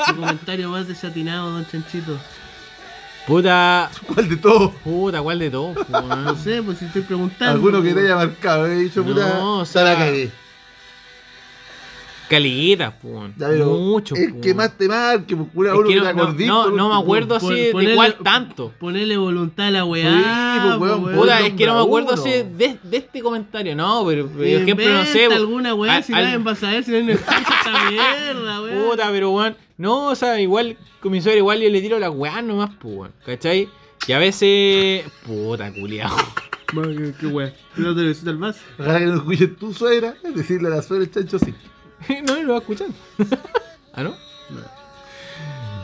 Su comentario más desatinado, don Chanchito.
Puta.
¿Cuál de todos?
Puta, ¿cuál de todos? pues,
No
weón?
sé, pues si estoy preguntando.
Alguno que te
pues.
haya marcado, he dicho,
No,
puta.
o
ya la
sea,
cagué.
Calitas, pues. weón.
Ya, pero
Mucho.
El
pues,
que
weón.
más te marque, pues, culiao,
Es
uno
que
que
no,
te
no,
acordís,
no,
por
no me
último.
acuerdo así
Pon-
de
ponele-
cuál tanto.
Ponerle voluntad a la weá.
Sí, pues,
po,
weón,
weón.
Puta,
Pero
es que no me acuerdo
uno.
así de, de este comentario, no, pero por
Inventa
ejemplo, no sé. pues,
alguna weá,
al-
si
al-
nadie va a saber, si no no escucha esta mierda, weón.
Puta, pero weón. No, o sea, igual, comisor, igual yo le tiro la weá nomás, pues, weón. ¿Cachai? Y a veces. Puta, culiao.
Madre, qué weá. No te lo necesitas más.
Ojalá que no escuche tu suegra, decirle a la suegra el chancho sí.
[laughs] no lo va a escuchar. ¿Ah, no?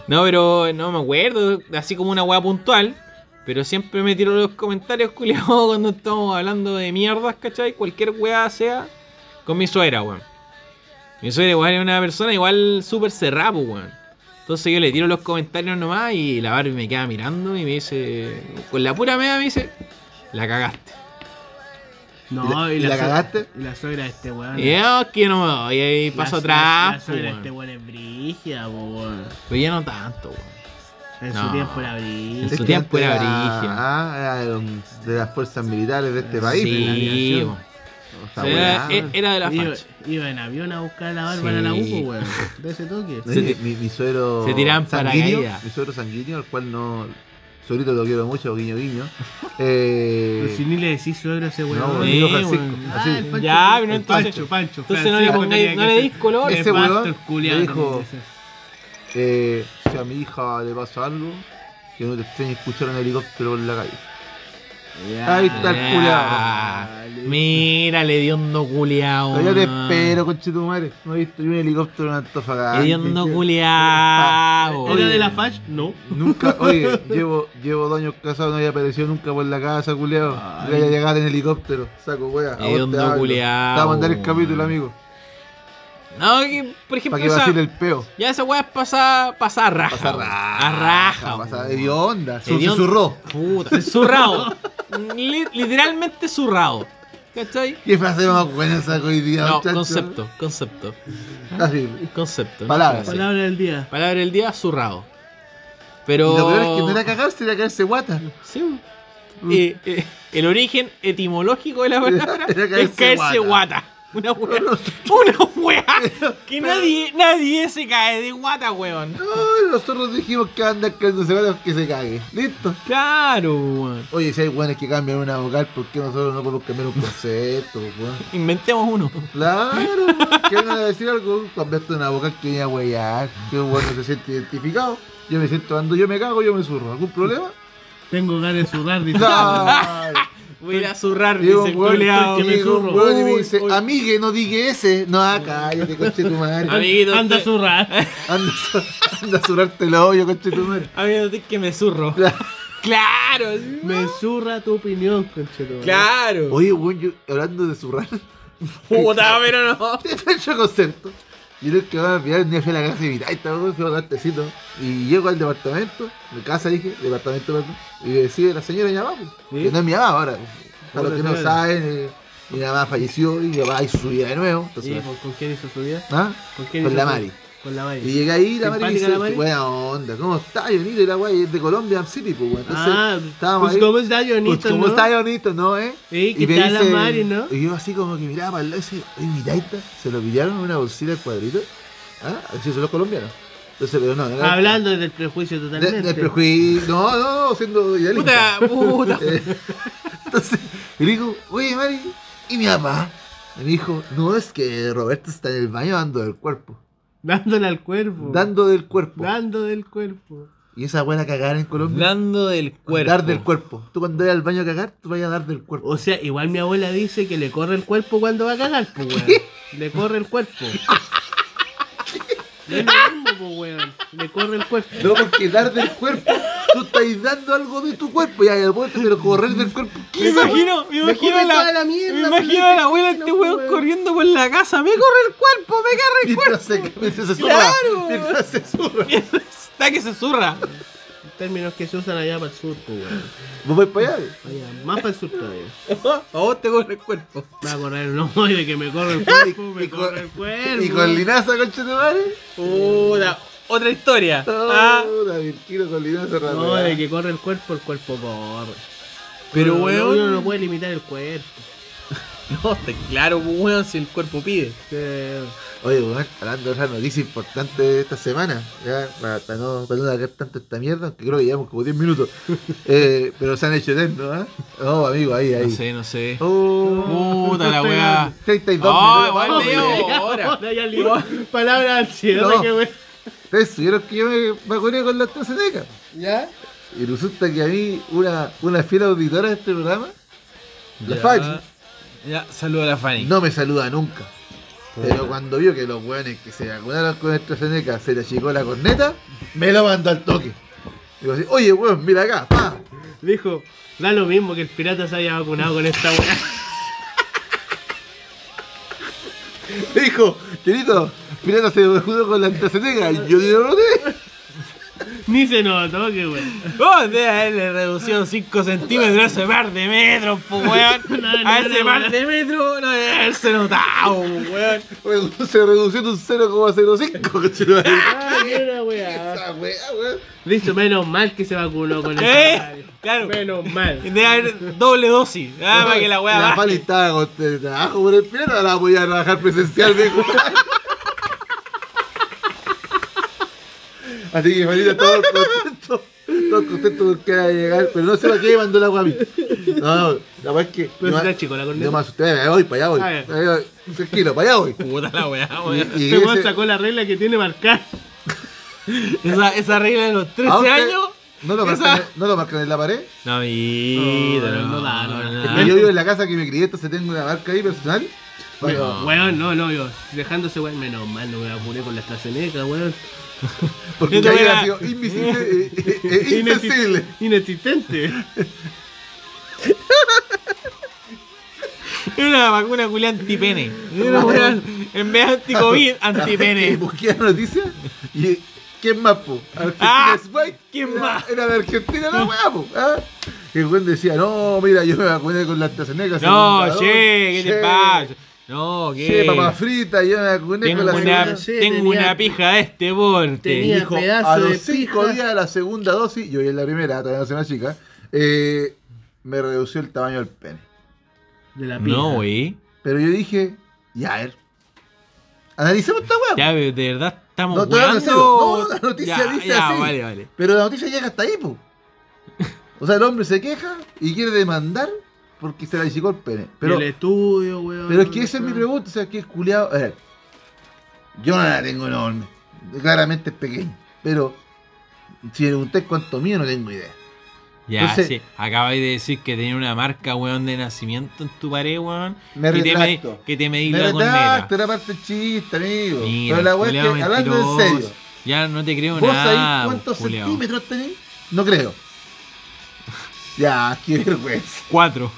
No, pero no me acuerdo, así como una weá puntual. Pero siempre me tiro los comentarios, culiao, [laughs] cuando estamos hablando de mierdas, ¿cachai? Cualquier weá sea con mi suegra, weón. Mi suegra igual es una persona igual súper cerrada, pues, weón. Entonces yo le tiro los comentarios nomás y la Barbie me queda mirando y me dice, con la pura media me dice, la cagaste.
No,
¿Y la- y la
suegra-
cagaste?
Y la suegra de este weón.
Y yo, "Ah, que no me doy, ahí paso
La- la- La
atrás, pues,
suegra de este
weón.
weón es brígida, po, weón.
Pero ya no tanto, weón.
En
No.
su tiempo era brígida.
En su
Es que
tiempo
antes
era brígido.
Ah, era de, los- de las fuerzas militares de este país. pues, la
Sí,
aviación.
weón.
Esa weá.
era, e- era de la
Iba,
facha.
iba en avión a buscar a la Bárbara a la
Sí.
UPO, weón. De ese toque.
Mi-
se ti-
mi, mi suero
se tiraban
sanguíneo,
paracaídas.
mi suero sanguíneo, al cual no. Suerito lo quiero mucho, guiño guiño. [laughs] Eh,
Pero si ni le decís suegro a ese weón.
no,
Sí,
mi hijo Francisco.
weón.
Así.
Ah, el Pancho,
Ya,
el
pero entonces-
Pancho, Pancho,
Entonces no le,
Francisco
pongáis,
tenía
no
que
le
ser
deis color.
Ese
nefasto
weón
el culiao
le dijo-
también, ese.
Eh, si a mi hija le pasa algo, que no te extrañe escuchar un helicóptero en la calle. Ahí está el culiao.
Ah, Mira, le dio un culiao.
Pero yo te
weón.
espero, conchetumare. No he visto yo un helicóptero en Antofagasta.
Hediondo
Yo-
culiao.
¿Era
weón.
de la Fach? No.
[laughs]
Nunca, oye, llevo, llevo dos años casado, no había aparecido nunca por la casa, culiao.
Ay.
Voy a llegar en helicóptero, saco wea. a vos te
Hediondo
hablo.
culiao,
Te va a mandar el
weón.
capítulo, amigo.
No, que, por ejemplo,
Para que
esa-
vacile el peo.
ya esa weá es pasada pasada raja.
Pasa
weón.
raja.
A raja.
Pasa
weón.
hedionda. Su-
Hediondo.
Susurró.
Puta, zurrado. Li- literalmente zurrado. ¿Cachai?
¿Qué frase más buena sacó hoy día,
No,
muchacho?
concepto, concepto,
Así.
concepto. no
Palabra.
frase.
Palabra del día.
Palabra del día, zurrado.
Y
Pero.
lo peor es que no era cagarse, era caerse guata.
Sí. Eh, eh, el origen etimológico de la palabra
Era
es
caerse
caerse guata.
guata.
Una weá. [laughs] Una weá. Que nadie, nadie se cae de guata, weón.
Ay, nosotros dijimos que anda caerse guata que se cague. Listo.
Claro, weón.
Oye, si hay buenas que cambian una vocal, ¿por qué nosotros no podemos cambiar un concepto, weón?
Inventemos uno.
Claro, quieren decir algo, cambiaste una boca que venía a huellar, que bueno se siente identificado, yo me
[laughs]
siento cuando yo me cago, yo me zurro, ¿algún problema?
[laughs] Tengo ganas de zurrar, dice.
No,
Voy a ir a zurrar, dice
Llega
el
un weón,
culeado.
llega
me
un
zurro.
weón y me
Uy,
dice,
uy.
amigue, no diga ese. No, ah, cállate, coche tu madre.
Amiguito,
Anda a
[laughs]
estoy-
zurrar.
Anda, a sur- anda a surarte el hoyo, coche tu madre.
amiguito, estoy que me zurro. claro, sí.
Me zurra tu opinión, conchetumare.
claro.
Oye, weón, yo, hablando de zurrar, [laughs]
Puta, pero no.
te he hecho concepto. Yo creo que me voy a olvidar un día fui a la casa y mira, esta weón, fui a dar tecito. Y llego al departamento, mi casa dije, departamento, perdón. Y me recibe la señora de mi mamá, pues,
¿Sí?
que no es mi mamá ahora. pues. Para los que no
señora.
saben, eh, mi mamá falleció y mi papá hizo su vida de nuevo.
Sí, pues.
Entonces,
¿con- ¿Con quién hizo su vida?
¿ah?
¿Con quién
Con
hizo
la
su-
Mari.
Con la Mari.
Y llegué ahí, la Mari me
¿Simpática
dice,
la Mari?
buena onda, ¿cómo está, Ionito? Y la guay es de Colombia City, pues, weón. Entonces,
ah,
estábamos
pues
ahí.
cómo está
Pues,
Dionito,
¿cómo
¿no?
está Ionito, no, eh?
Sí, ¿qué tal la Mari, no?
Y yo así como que miraba para el lado y decía, oye, mira, ahí está, se lo pillaron en una bolsita al cuadrito. ¿Ah? Así son los colombianos. Entonces, pero no, no. era-
Hablando del prejuicio
de-
totalmente.
del prejuicio. No, no, no, siendo idealista.
Puta, puta.
Eh, Entonces, y le digo, oye, Mari, ¿y mi mamá? Y me dijo, no, es que Roberto está en el baño dando del cuerpo.
Dándole al cuerpo.
Dando del cuerpo.
Dando del cuerpo.
Y esa buena cagar en Colombia.
Hablando del cuerpo.
Dar del cuerpo. Tú cuando vayas al baño a cagar, tú vayas a dar del cuerpo.
O sea, igual mi abuela dice que le corre el cuerpo cuando va a cagar, pues weón. Le corre el cuerpo. Es lo mismo, pues weón. Le corre el cuerpo.
No, porque dar del cuerpo, tú estás dando algo de tu cuerpo. Ya, después te pero correr del cuerpo. ¿qué
Me
es esa
imagino, me
Me
imagino
come
la,
toda la mierda,
me imagino
Felipe,
a la abuela
no,
este weón
weón.
corriendo por la casa. Me corre el cuerpo, me agarra el
Mientras se, mientras se zurra.
Claro.
Mientras se zurra.
cuerpo. Está que se zurra.
Términos que se usan allá para el sur, pues weón.
Vos vais para allá.
Allá, más para el sur todavía.
A vos te corre el cuerpo.
Va a correr un ojo de que me corre el
Ah,
cuerpo, me
Y con-
corre el cuerpo.
Y con linaza, concha de madre.
Puta, otra historia. Ah,
Oh, David Quiro con linaza raro.
No, de que corre el cuerpo, el cuerpo corre.
pero
Uno-
weón.
Uno no puede limitar el cuerpo.
No, está claro, pues, weón, si el cuerpo pide.
Que-
Oye, weón, hablando de otra noticia importante de esta semana, ya, para, para no, para no alargar tanto esta mierda, que creo que llevamos como 10
[laughs]
minutos, eh, pero se han hecho eternos, ¿ah? No, amigo, ahí, ahí.
No sé, no sé.
Oh,
Puta la weá.
32
Ah,
minutos.
igual,
vamos,
Leo.
weón.
ahora.
ya lió. Palabra ansiosa
No.
que weón.
Ustedes supieron que yo me vacuné con la AstraZeneca.
¿Ya?
Y resulta que a mí, una, una fiel auditora de este programa, la
Ya.
Fanny,
Ya, saluda a la Fanny.
no me saluda nunca. Pero cuando vio que los weones que se vacunaron con AstraZeneca se le achicó la corneta, me lo mandó al toque. Digo así, oye weón, mira acá, pa. [laughs]
Dijo, da lo mismo que el pirata se haya vacunado con esta weá. [laughs]
Me dijo, querido, pirata se vacunó con la AstraZeneca. Y yo digo, no sé. [laughs]
Ni se notó que weón.
Oh, debe haberle reducido 5 centímetros a ese par de metros, pues [laughs] weón.
No, no,
A ese
no,
par
weón.
de metros no debe haberse notado, pues, weón.
Redu- Se redució en un [laughs] 0,05, conchetumare.
[laughs] Ah, mira, weá.
Esa weá, weón.
Dice, menos mal que se vacunó con esta
Eh,
weá.
claro.
Menos
Y
mal.
Debe haber doble dosis. Ah, para que la weá
La
baje.
Fanny estaba con el trabajo por el pirata, la voy a trabajar presencial, viejo. Así que Juanita, todos contentos. Todos contentos porque era de llegar, pero no sé para qué me mandó la agua a mí. No, no, la verdad es que.
Pero
yo
si
me-
está chico la corneta.
Yo me asusté, me voy, para allá voy.
Ah, ya.
Ahí voy. Tranquilo, para allá
[laughs]
voy.
Puta la weá,
Y-
weón.
y
Este weón
ese-
sacó la regla que tiene marcada.
Esa, esa regla de los 13
aunque
años.
No lo,
esa-
marcan, no lo marcan en la pared.
No, amiguito, no,
No, no, no,
Es
Ah.
que yo vivo en la casa que me crié, entonces tengo una marca ahí personal. Bueno,
Weón, no, no, yo. Dejándose weón, menos mal no me vacuné con la AstraZeneca, weón.
porque
Yo te
ahí
voy
ha
a-
sido invisible, eh, eh, eh,
Inexi-
insensible.
Inexistente.
Era una vacuna culia antipene. Era una weá, [laughs] en vez de
[laughs]
anti-COVID,
Y
antipene.
busqué la noticia y ¿quién más, po? Argentina
Ah,
es white.
¿quién
Era-
más?
Era de Argentina la weá, po. ¿ah? Y el weón decía, no, mira, yo me vacuné con la AstraZeneca. hace un
No,
calor,
che, ¿qué te
che,
pasa? No,
Che, papas
que.
fritas, yo me vacuné
Tengo
con la
una,
segunda.
sí,
tengo
tenía-
una pija de este porte.
tenía
Dijo,
pedazo
a
de
los cinco
pija".
días de la segunda dosis, yo hoy en la primera, todavía no soy una chica, eh, me redució el tamaño del pene.
De la pija.
No, wey.
Pero yo dije, ya, a ver, analicemos esta weá. po.
Ya, de verdad estamos
No, todavía no
jugando.
sé, no, la noticia
ya,
dice
ya,
así.
vale, vale.
Pero la noticia llega hasta ahí, po. O sea, el hombre se queja y quiere demandar porque se la achicó el pene. Pero,
el estudio, weón.
pero es que esa es mi
weón.
pregunta, o sea, que es culiado. A ver, yo no la tengo enorme. Claramente es pequeña. Pero si me preguntáis cuánto mío, no tengo idea.
Ya,
Entonces-
sí. Acabáis de decir que tenía una marca, weón, de nacimiento en tu pared, weón.
Me
que, te me-
retracto.
que te medís
Me
la corneta.
retracto, era parte del chiste, amigo.
Mira,
Pero la weá es
culiao
que, hablando en
mentiroso.
serio,
Ya no te creo
¿vos
nada.
sabés cuántos
pues, culiao.
centímetros tenés? No
[laughs]
creo. Ya, qué vergüenza.
Cuatro.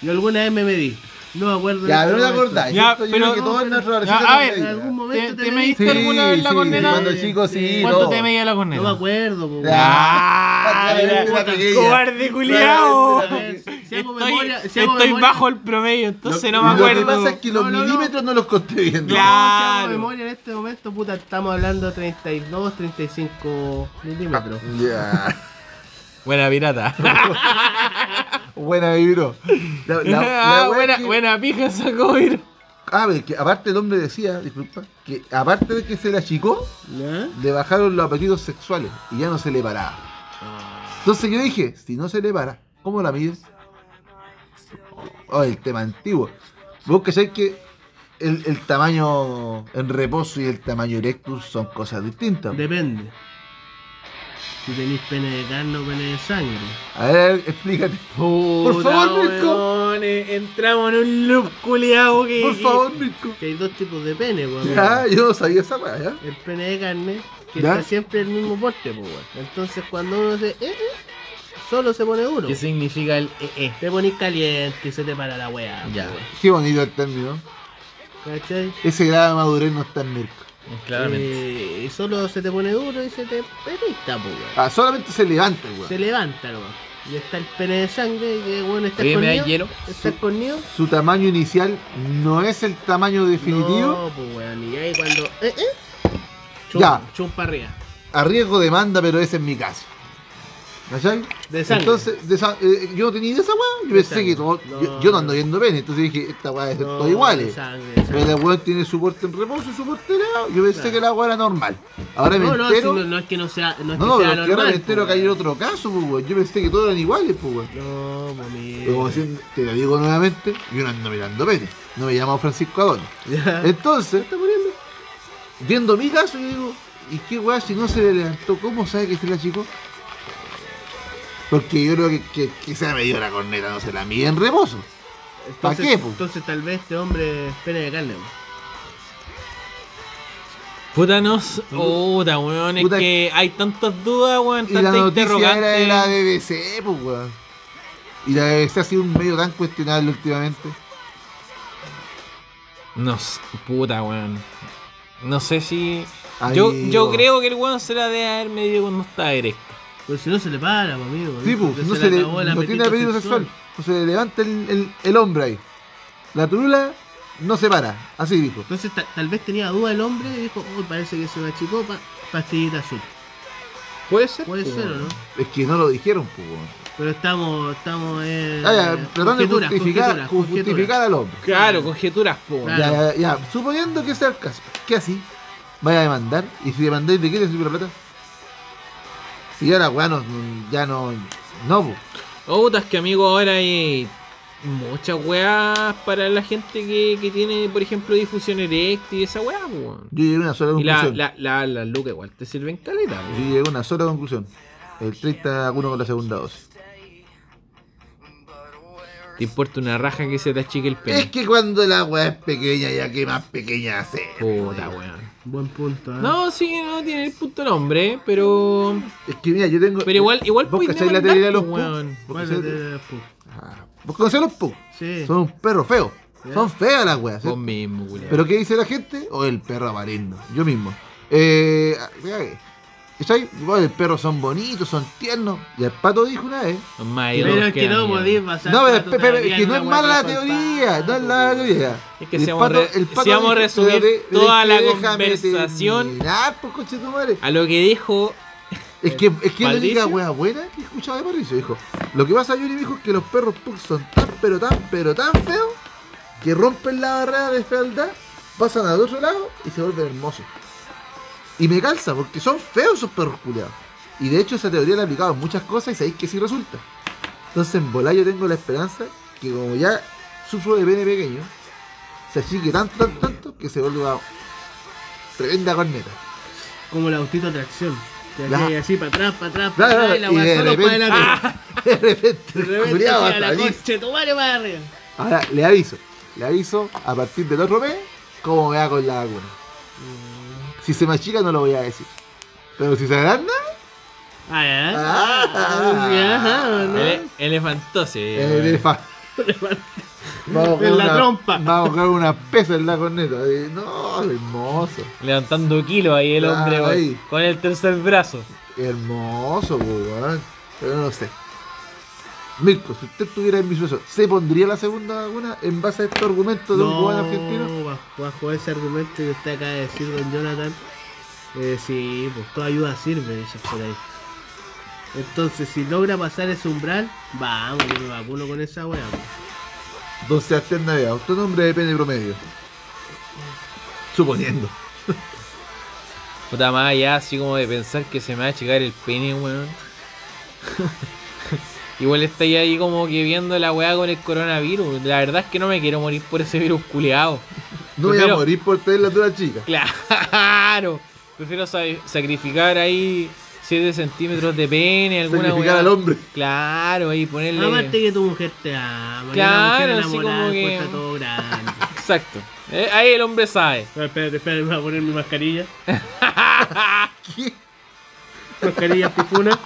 Yo alguna vez me medí. No me acuerdo. en
Ya,
este
no te
momento.
acordáis.
Ya,
Esto yo
pero-
creo que todos en nuestra
Ya,
adolescencia
a
nos
ver,
En
reímos.
algún
¿Te,
momento te
te
medí.
mediste
Sí,
alguna vez la
sí,
corneta?
cuando chico, sí,
¿Cuánto
no.
te medía la corneta?
No me acuerdo, po,
Ya.
¡Ah!
Ya,
mira,
puta que ella.
¡Cobarde
culiao.
A
culiao!
ver, si- si hago
Estoy,
memoria- si hago
estoy
memoria-
bajo el promedio, entonces
Lo-
no me
Lo que pasa es
acuerdo.
que los
No, no, no.
milímetros no, los conté bien.
No, Si
Claro.
hago memoria en este momento, puta, estamos hablando de 32, 35 milímetros.
Ya.
Buena pirata.
Buena, vibro. La, la-
[laughs]
la
Ah,
weá
buena,
que-
buena pija sacó, mira.
Ah, pero que aparte el hombre decía, disculpa, que aparte de que se le achicó,
¿Ya?
le bajaron los apetitos sexuales y ya no se le paraba. Entonces yo dije, si no se le para, ¿cómo la mides? Oh, el tema antiguo. Vos que sabés que el, el tamaño en reposo y el tamaño erectus son cosas distintas.
Depende. Si tenéis pene de carne o pene de sangre.
A ver, explícate.
Por
favor, Mirko.
Entramos en un loop culiao que.
Por favor, Mirko.
Que hay dos tipos de pene, po, amigo.
Ya, yo no sabía esa weá, ¿ya?
El pene de carne, que
¿Ya?
está siempre el mismo porte, po, weón. Entonces cuando uno se. eh, eh, solo se pone uno.
¿Qué significa el EE?
Te ponís caliente y se te para la weá.
Ya.
po, weón.
Qué bonito el término.
¿Cachai?
Ese grado de madurez no está en Mirko.
E? Claramente.
Eh, solo se te pone duro y se te penista, po, weón.
Ah, solamente se levanta,
Ah.
el
Se
weón.
levanta, weón. Y está el pene de sangre, que bueno, está
Oye, ¿me da
escondido.
hielo?
Está escondido.
Su tamaño inicial no es el tamaño definitivo.
No, pues weón, y ahí cuando. Eh, eh. Chum,
Ya.
chumpa arriba.
a riesgo de demanda, pero ese es mi caso. ¿Cachai?
De sangre.
Entonces, de sa- eh, yo no tenía idea de esa weá. Yo pensé
sangre.
que todo-
No,
yo, yo no ando
no.
viendo pene, entonces dije, esta weá es de
No,
todo iguales.
de sangre, de
Pero la
sangre.
weá tiene su porte en reposo y su porte helado. Yo pensé
Claro.
que la weá era normal. Ahora me
No, no,
entero.
si no, no es que no sea. No, es
No, no,
que
pero
sea
es que ahora
normal,
me entero
pues,
que hay
weón.
otro caso, pues weón. Yo pensé que todos eran iguales, pues weón.
No, pues mira.
Pero como si- te lo digo nuevamente, yo no ando mirando pene. No me llamo Francisco Adorno.
[laughs] Ya.
Entonces, viendo mi caso, yo digo, ¿y qué weá si no se le levantó? ¿Cómo sabe que se la chico? Porque yo creo que, que, que se la medido la corneta, no se la mide en reposo. ¿Para
Entonces-
qué, po?
Entonces tal vez este hombre es pene de carne. weón.
Puta nos. Puta, weón. Es
Puta-
que hay tantas dudas, weón.
Y la
Tantas
noticia era de
interrogantes.
la BBC, pues weón. Y la BBC ha sido un medio tan cuestionable últimamente.
No sé, puta, weón. No sé si. Yo,
Amigo.
yo creo que el weón se la debe haber medido cuando está erecto.
Pero si no se le para, pues, amigo.
Sí, pues,
porque
no,
se
se
le
le,
acabó el
no tiene
apetito
apetito sexual. No se le levanta el, el, el hombre ahí. La turula no se para, así dijo.
Entonces ta- tal vez tenía duda el hombre y dijo, uy, parece que se me achicó, pa- pastillita azul.
Puede ser.
Puede ser o no.
Es que no lo dijeron, pues weón.
Pero estamos, estamos eh,
Ah, ya, tratando de
conjeturas,
justificar,
conjeturas,
justificar al hombre.
Claro, conjeturas, po, weón.
Ya,
Claro.
ya, ya, suponiendo que sea el caso, ¿qué así? Vaya a demandar, y si demandáis, ¿de qué te sirve la plata? Si ya la weá no, ya no, no, po.
Oh, puta, es que amigo, ahora hay muchas weas para la gente que, que tiene, por ejemplo, difusión erecta y esa wea, po, weón.
yo llegué a una sola
Y la,
conclusión.
la, la, la luca igual te sirven caleta,
Yo
weón.
llegué a una sola conclusión. El 30 a 1 con la segunda dosis.
Te importa una raja que se te achique el pene.
Es que cuando la weá es pequeña, ya que más pequeña hace.
Puta, weón.
Buen punto, ¿eh?
No, sí, no tiene el punto nombre, pero.
Es que mira, yo tengo.
Pero igual, igual
¿Vos
puedes
cacháis la teoría de los
demandar, po,
pug?
weón.
¿Vos
Bueno,
cacháis-
de- de- de- pu-
Ah, ¿Vos conocés los pug?
Sí.
Son un perro feo.
Ya.
Son feas las weas.
Vos mismo, culiao.
¿Pero qué dice la gente? O el perro avarindo, yo mismo. Eh, mira que- ¿cachai? Bueno, el perro son bonitos, son tiernos. Y el pato dijo una vez.
Son más ídolos
Pero es que no pues,
amigos.
podéis basar
no, pero,
toda tu
pe- pe-
teoría
que
en
no
una
es
weá
mala la
que son
teoría,
patos,
no es mala la
weón.
teoría.
Es que
El
si vamos a re- si vamos a
dijo,
resumir
"Déjame-
toda la
déjame
conversación-
terminar, pues, coche tu madre.
A lo que dijo.
Es que es que la única
¿Patricio?
wea buena que escuchaba de Patricio, dijo. Lo que pasa, Yuri, dijo es que los perros pug son tan, pero tan, pero tan feos que rompen la barrera de fealdad, pasan al otro lado y se vuelven hermosos. Y me calza, porque son feos esos perros culiados. Y de hecho, esa teoría la he aplicado en muchas cosas y sabéis que sí resulta. Entonces, en volar yo tengo la esperanza que, como ya sufro de pene pequeño, se achique tanto, tanto, tanto que se vuelva tremenda corneta. [laughs]
Como el autito atracción. Te
La-
hacía así para atrás, para atrás, para
Claro,
atrás, y la
claro, y
weá
de
solo para
repente,
adelante.
de repente,
De
el
repente
[laughs] culiao
decía, la
hasta dice,
concha de tu madre para arriba.
Ahora, le aviso, le aviso a partir del otro mes cómo me va con la vacuna.
Mm.
Si se me achica no lo voy a decir. Pero si se agranda,
Ah, ya.
Ah.
Ah, sí, ajá, ¿no?
Ele- elefantose.
eh, le
[laughs]
fa- vamos
En
con
la
una-
trompa.
Vamos a coger una pesa en la corneta. Eh, No, hermoso.
Levantando kilos ahí el hombre, weón,
Ay.
Con el tercer brazo.
Hermoso, po, weón. Pero no sé. Mirko, si usted estuviera en mi suceso, ¿se pondría la segunda vacuna en base a este argumento de un
No,
cubano argentino?
bajo, bajo ese argumento que usted acaba de decir, don Jonathan, eh, sí, pues toda ayuda sirve, dice por ahí. Entonces, si logra pasar ese umbral, vamos, yo me vacuno con esa weá. pues.
Don Sebastián Navea, usted es un hombre de pene promedio.
Mm.
Suponiendo.
Puta más allá, así como de pensar que se me va a achicar el pene, weón. [laughs] Igual estoy ahí como que viendo la weá con el coronavirus. La verdad es que no me quiero morir por ese virus culeado.
No voy a
Prefiero-
morir por tener la dura chica.
[laughs] Claro. Prefiero sa- sacrificar ahí 7 centímetros de pene, alguna
Sacrificar
weá.
al hombre.
Claro, ahí ponerle.
Aparte que tu mujer te ama, que
Claro,
la mujer
así como
enamorada
que-
encuentra todo grande.
[laughs] Exacto. Eh, ahí el hombre sabe.
[laughs] No, espérate, espérate, voy a poner mi mascarilla.
¿Qué?
Mascarilla pifuna.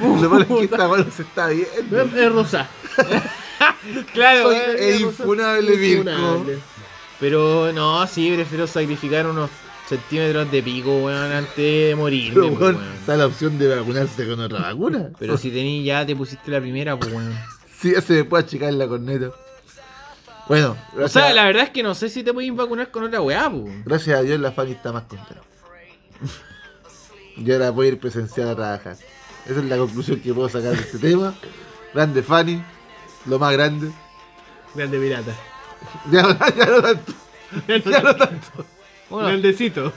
Lo malo es que esta mano se está
No,
viendo.
es- es rosa.
Claro,
Soy
weón.
el infunable Virgo.
Infunable.
Pero no, sí, prefiero sacrificar unos centímetros de pico, weón, antes de morir.
Pero bueno, está la opción de vacunarse con otra vacuna.
Pero si tení ya, te pusiste la primera, pues, weón.
Sí, ya se me puede achicar la corneta. Bueno,
O
gracias,
sea, la verdad es que no sé si te podéis vacunar con otra weá, pues.
gracias a Dios la Fanny está más contenta. Yo ahora voy a ir presencial a trabajar. Esa es la conclusión que puedo sacar de este tema. Grande Fanny, lo más grande. [laughs]
Grande pirata.
Ya, ya no tanto. Ya no tanto.
[laughs]
Bueno,
Grandecito.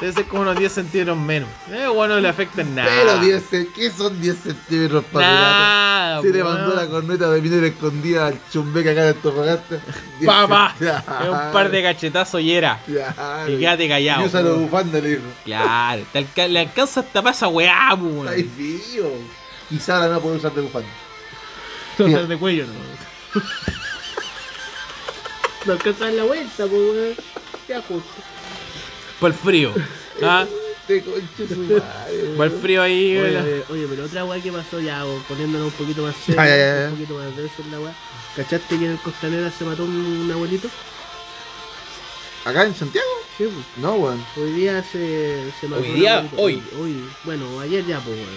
debe ser como unos 10 centímetros menos. Eh, weón, no le afecta en nada.
Pero 10 cen- ¿qué son 10 centímetros para pirata?
Nada,
Se le
weón.
mandó la corneta de minero escondida al chumbeca acá de Antofagasta.
[laughs]
[laughs]
¡Papá! Es un par de cachetazos y era. Y quédate callado.
Y usa los
weón.
bufandas, le dijo.
Claro, te alca- le alcanza hasta pasa weá, pues, weón.
Estáis vivo. Quizá ahora no puede usar de bufanda.
Entonces de cuello no. [laughs] No alcanzas la vuelta, pues weón. Ya justo.
Por el frío. ¿Ah?
Te conche
[laughs]
su madre.
Por el frío ahí,
Oye,
weón.
Eh, oye, pero otra weá que pasó ya, o poniéndonos un poquito más serio,
Ay, ay, ay.
un poquito más denso en la weá. ¿Cachaste que en el Costanera se mató un, un abuelito?
¿Acá en Santiago?
Sí, pues.
No, weón.
Hoy día se, se mató.
Hoy
un
día,
abuelito.
hoy.
Hoy, bueno, ayer ya, pues weón.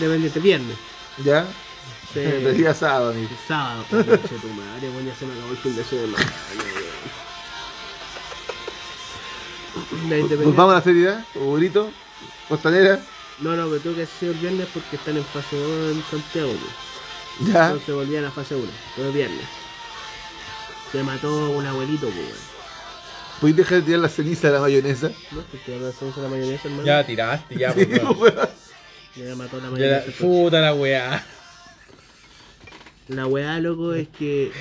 Independiente, viernes.
Ya. [laughs]
Se-
El día sábado, amigo.
El sábado, pues, conche tu madre, weón, ya se me acabó el fin de semana. weón. La
Pues
Independiente-
vamos a la seriedad. Burito. Costanera.
No, no, pero tengo que hacer el viernes porque están en fase 2 en Santiago. pues.
Ah.
Ya.
Entonces volvían a fase 1, pero es viernes. Se mató un abuelito, pues, weón.
¿Puedes dejar de tirar la ceniza de la mayonesa?
¿No? Porque ahora hacemos la mayonesa, hermano.
tiraste, ya,
Sí, weón.
Ya mató la
Ya la-
mayonesa. pues.
Puta la weá.
La weá, loco, es
[laughs]
que.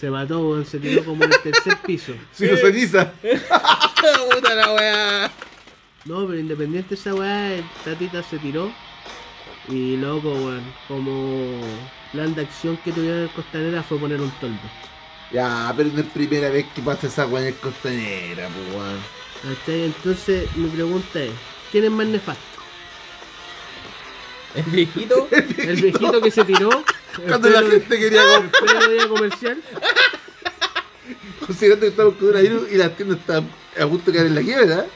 Se mató, weón, se tiró como en el tercer piso.
Sí, la ceniza.
[laughs] Puta la weá.
No, pero independiente esa weá, el tatita se tiró. Y loco, weón, como plan de acción que tuvieron en el Costanera fue poner un toldo.
Ya, pero no es primera vez que pasa esa weón en Costanera, pues, weón.
¿Cachai? Entonces, mi pregunta es: ¿quién es
[laughs]
más nefasto?
El viejito.
¿El viejito que se tiró? ¿El
Cuando la
pelo-
gente quería comer.
[laughs] el pelo de día comercial?
Considerando que estamos con coronavirus y las tiendas están a punto de caer en la quiebra.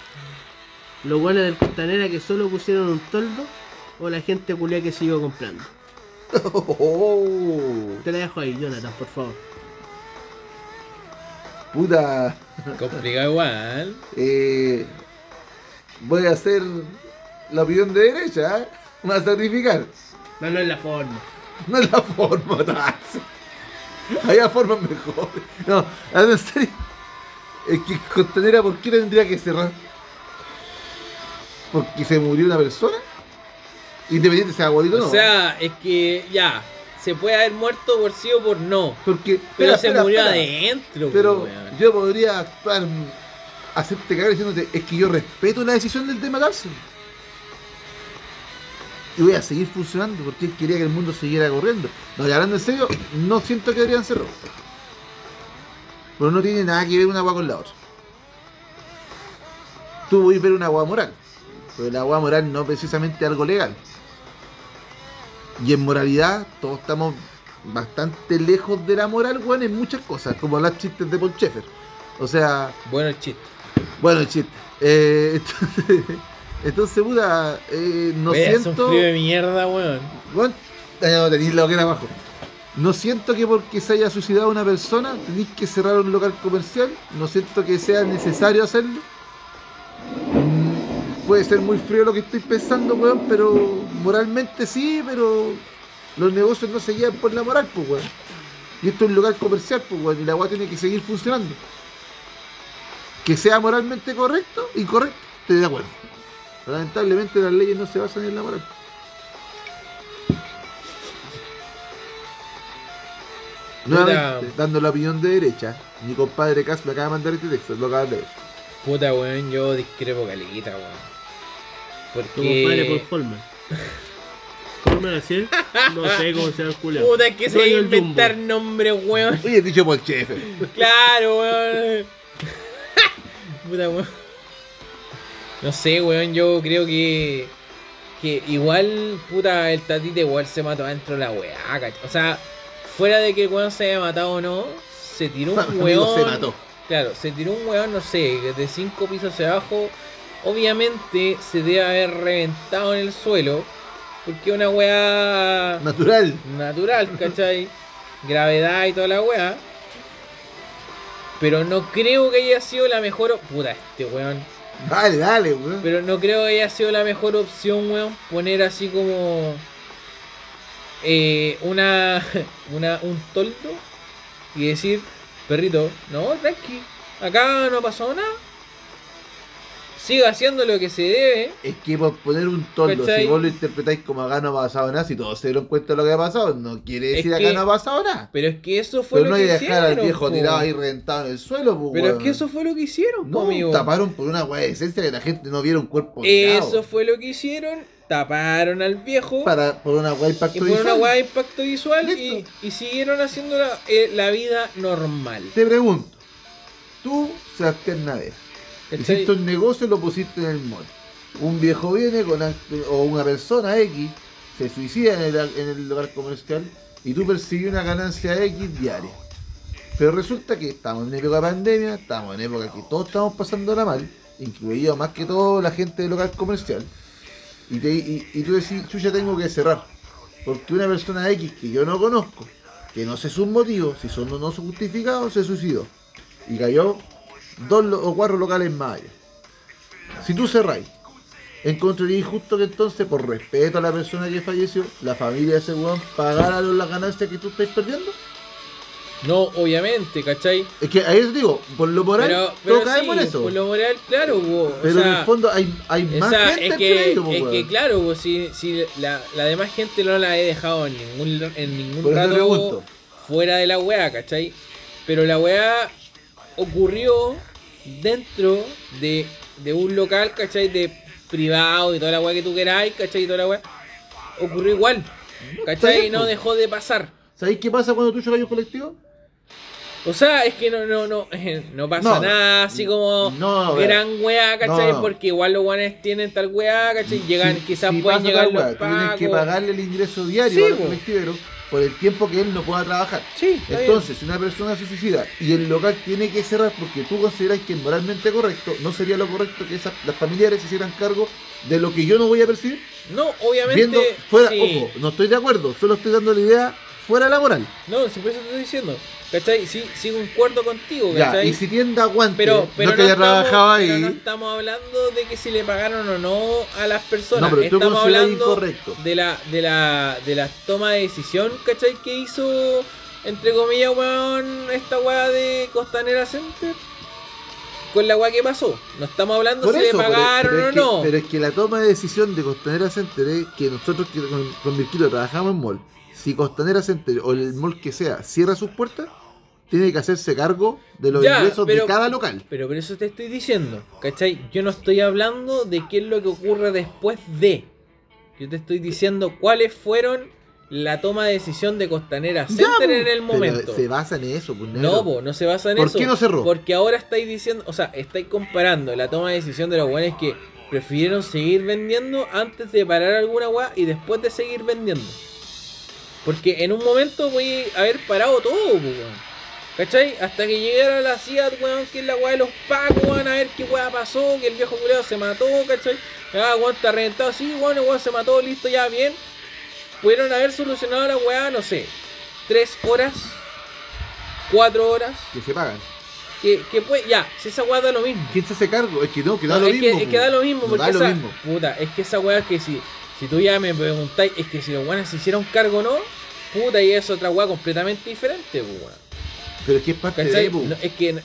¿Los guanes del Costanera que solo pusieron un toldo? ¿O la gente culia que siguió comprando?
Oh,
Te la dejo ahí, Jonathan, por favor.
puta.
[laughs] Complicado igual.
Eh, voy a hacer la opinión de derecha, ¿eh? Me voy a sacrificar.
No, no es la forma.
No es la forma, Tazo. Había formas mejores. No, ahora en serio. Es que Costanera, ¿por qué tendría que cerrar? ¿Porque se murió una persona? Independiente sea abuelito o
O
no.
sea, es que ya. se puede haber muerto por sí o por no.
Porque.
Pero
espera,
se
espera,
murió
espera.
adentro, pues,
Pero
weón.
yo podría actuar, mm, hacerte cagar diciéndote, es que yo respeto la decisión del de matarse. Y voy a seguir funcionando porque él quería que el mundo siguiera corriendo. No, y hablando en serio, no siento que deberían ser robots. Pero no tiene nada que ver una agua con la otra. Tú voy a ver una agua moral. Pero la agua moral no es precisamente algo legal. Y en moralidad, todos estamos bastante lejos de la moral, weón, en muchas cosas, como las chistes de Paul Schaeffer. O sea,
Bueno, el chiste.
bueno, el chiste. Eh, [laughs] entonces, entonces, puta, eh, no
Oye, hace
siento.
un frío de mierda, weón.
Weón, ya no tenéis la hoguera abajo. No siento que porque se haya suicidado una persona tenéis que cerrar un local comercial. No siento que sea necesario hacerlo. Mm, Puede ser muy frío lo que estoy pensando, weón, pero moralmente sí, pero los negocios no se guían por la moral, pues, weón. Y esto es un local comercial, pues, weón, y la weá tiene que seguir funcionando. Que sea moralmente correcto, incorrecto, estoy de acuerdo. Lamentablemente las leyes no se basan en la moral. Nuevamente, dando la opinión de derecha, mi compadre Cas me acaba de mandar este texto, lo acaba de leer.
Puta, weón, yo discrepo caleta, weón.
Tu compadre por
Porque. [laughs]
Holman. Holman así es. No sé cómo se llama el culiao.
Puta, es que se va a
Dueño del Jumbo.
inventar nombres, weón.
Oye, dicho por Chefe.
Claro, weón. [laughs] Puta, weón. No sé, weón, yo creo que. Que igual, puta, el tatita igual se mató adentro de la weá, cach- O sea, fuera de que el weón se haya matado o no, se tiró
[laughs]
un weón.
se mató.
Claro, se tiró un weón, no sé, de cinco pisos hacia abajo. Obviamente se debe haber reventado en el suelo. Porque una weá
Natural.
natural, ¿cachai? Gravedad y toda la weá. Pero no creo que haya sido la mejor. op- Puta, este weón.
Dale, dale, weón.
Pero no creo que haya sido la mejor opción, weón. Poner así como. eh, una, [laughs] una. Un toldo. Y decir, perrito, no, tranqui. Acá no ha pasado nada. Siga haciendo lo que se debe.
Es que por poner un toldo,
¿Cachai?
si vos lo interpretáis como acá no ha pasado nada, si todos se dieron cuenta de lo que ha pasado, no quiere
Es
decir
que-
acá no ha pasado nada.
Pero es que eso fue
Pero no
lo
hay
que
que dejar al
hicieron,
viejo
po.
tirado ahí reventado en el suelo, pues,
Pero es
weón.
que eso fue lo que hicieron, po,
No,
amigo.
taparon por una weá de esencia que la gente no viera un cuerpo
Eso
tirado.
fue lo que hicieron. Taparon al viejo.
Para, por una weá impacto
y por una
visual.
weá de impacto visual y,
Listo.
y siguieron haciendo la, eh, la vida normal.
Te pregunto, tú, Sebastián Navea,
¿cachai?
Hiciste un negocio y lo pusiste en el mall. Un viejo viene con act- o una persona X se suicida en el, en el lugar comercial y tú persigues una ganancia X diaria. Pero resulta que estamos en época de pandemia, estamos en época que todos estamos pasándola mal, incluido más que todo la gente del local comercial. Y, te- y- y tú decís, chucha, tengo que cerrar. Porque una persona X que yo no conozco, que no sé sus motivos, si son o no justificados, se suicidó. Y cayó dos lo- o cuatro locales más allá. Si tú cerráis, encontraría injusto que entonces, por respeto a la persona que falleció, la familia de ese weón pagara lo- las ganancias que tú estás perdiendo.
No, obviamente, ¿cachai?
Es que ahí os digo, por lo moral,
Pero,
todo
pero
cae
sí,
por eso.
por lo moral, claro, po, o
Pero en
sea,
el fondo hay, hay más
esa-
gente
es que,
en medio, po,
es
weón.
que claro, po, si, si la, la demás gente no la he dejado en ningún, en
Por
ningún
eso te
rato
pregunto.
fuera de la weá, ¿cachai? Pero la weá ocurrió dentro de, de un local, ¿cachai? De privado y toda la weá que tú queráis, ¿cachai? Y toda la weá. Ocurrió igual, ¿cachai?
bien,
No
po.
dejó de pasar.
¿Sabéis qué pasa cuando tú chocas un colectivo?
O sea, es que no, no, no, eh, no pasa
No,
nada así como
no, no,
gran weá, ¿cachai?
no.
Porque igual los guanes tienen tal weá, ¿cachai? Llegan,
Si-
quizás
si
pueden
pasa
llegar
tal
los
weá, tú Tienes que
pacos.
pagarle el ingreso diario
Sí,
al
po.
colectivero por el tiempo que él no pueda trabajar.
Sí, está bien.
Entonces, si una persona se suicida y el local tiene que cerrar porque tú consideras que es moralmente correcto, no sería lo correcto que esas, las familiares se hicieran cargo de lo que yo no voy a percibir.
No, obviamente.
Viendo fuera,
sí.
ojo, no estoy de acuerdo, solo estoy dando la idea fuera de la moral.
No, si por eso te estoy diciendo. ¿Cachai? Sí, sí concuerdo contigo,
Ya,
¿cachai?
y si tienda aguante,
pero, pero
no que haya
estamos,
trabajado
pero
ahí.
no estamos hablando de que si le pagaron o no a las personas.
No, pero tú
estamos
consideras
hablando
incorrecto.
de la, de la, de la toma de decisión, ¿cachai? Que hizo, entre comillas, weón, esta weá de Costanera Center. Con la weá que pasó. No estamos hablando si le
pero-
pagaron
pero
o
es que-
no.
Pero es que la toma de decisión de Costanera Center es que nosotros que con, con Virgilio trabajamos en mall, si Costanera Center o el mall que sea cierra sus puertas, tiene que hacerse cargo de los
Ya,
ingresos
pero-
de cada local.
Pero por eso te estoy diciendo, ¿cachai? Yo no estoy hablando de qué es lo que ocurre después de. Yo te estoy diciendo cuáles fueron la toma de decisión de Costanera
Ya,
Center en
po.
el
Pero
momento.
se basa en eso, pues negro.
No, po, no se basa en
¿Por
eso.
qué no cerró?
Porque ahora estáis diciendo, o sea, estáis comparando la toma de decisión de los weones que prefirieron seguir vendiendo antes de parar alguna weá y después de seguir vendiendo. Porque en un momento voy a haber parado todo, po, weón. ¿Cachai? Hasta que llegara la CIA, weón, que es la weá de los pacos, weón, a ver qué weá pasó, que el viejo culeado se mató, ¿cachai? Ah, weón, está reventado, sí, weón, el weón se mató, listo, ya, bien. Pudieron haber solucionado la weá, no sé, tres horas, cuatro horas,
Que se pagan.
que, que puede, ya, si esa weá da lo mismo.
¿Quién se hace cargo? Es que no, que da
No,
lo
es,
mismo.
que, es
po.
que da lo mismo,
No
porque
da lo
esa,
mismo.
puta, es que esa weá que si, si tú ya me preguntáis, es que si los weones se hicieron cargo o no, puta, y es otra weá completamente diferente, po, weón.
Pero es que es parte
¿Cachai?
de po.
No, es que n-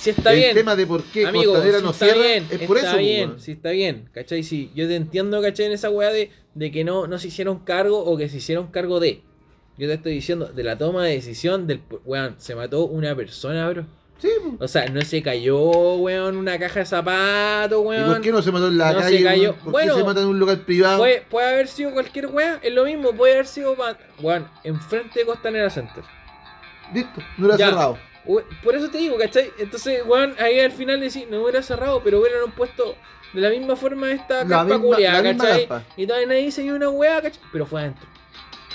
si está
El
bien,
tema de por qué
amigo,
Costanera
si
no
está
cierra
bien,
es por
está
eso. po,
bien,
weón.
si está bien, ¿cachai? Si yo te entiendo, ¿cachai? En esa weá de, de que no, no se hicieron cargo o que se hicieron cargo de. Yo te estoy diciendo, de la toma de decisión del weón, se mató una persona, bro.
Sí, po.
O sea, no se cayó, weón, una caja de zapatos,
¿Y
weón.
por qué no se mató en la
No se
calle?
cayó.
weón? ¿Por
Bueno,
qué se mata en un local privado?
Puede, puede haber sido cualquier weá, es lo mismo, puede haber sido, pa- weón, enfrente de Costanera Center.
Listo, no lo ha
Ya.
cerrado.
We- Por eso te digo, ¿cachai? Entonces, weón, ahí al final decís, no hubiera cerrado, pero hubieran puesto de la misma forma esta
La
carpa
misma-
culiada,
la misma
¿cachai?
carpa.
Y todavía nadie dice ni una weá, ¿cachai? Pero fue adentro.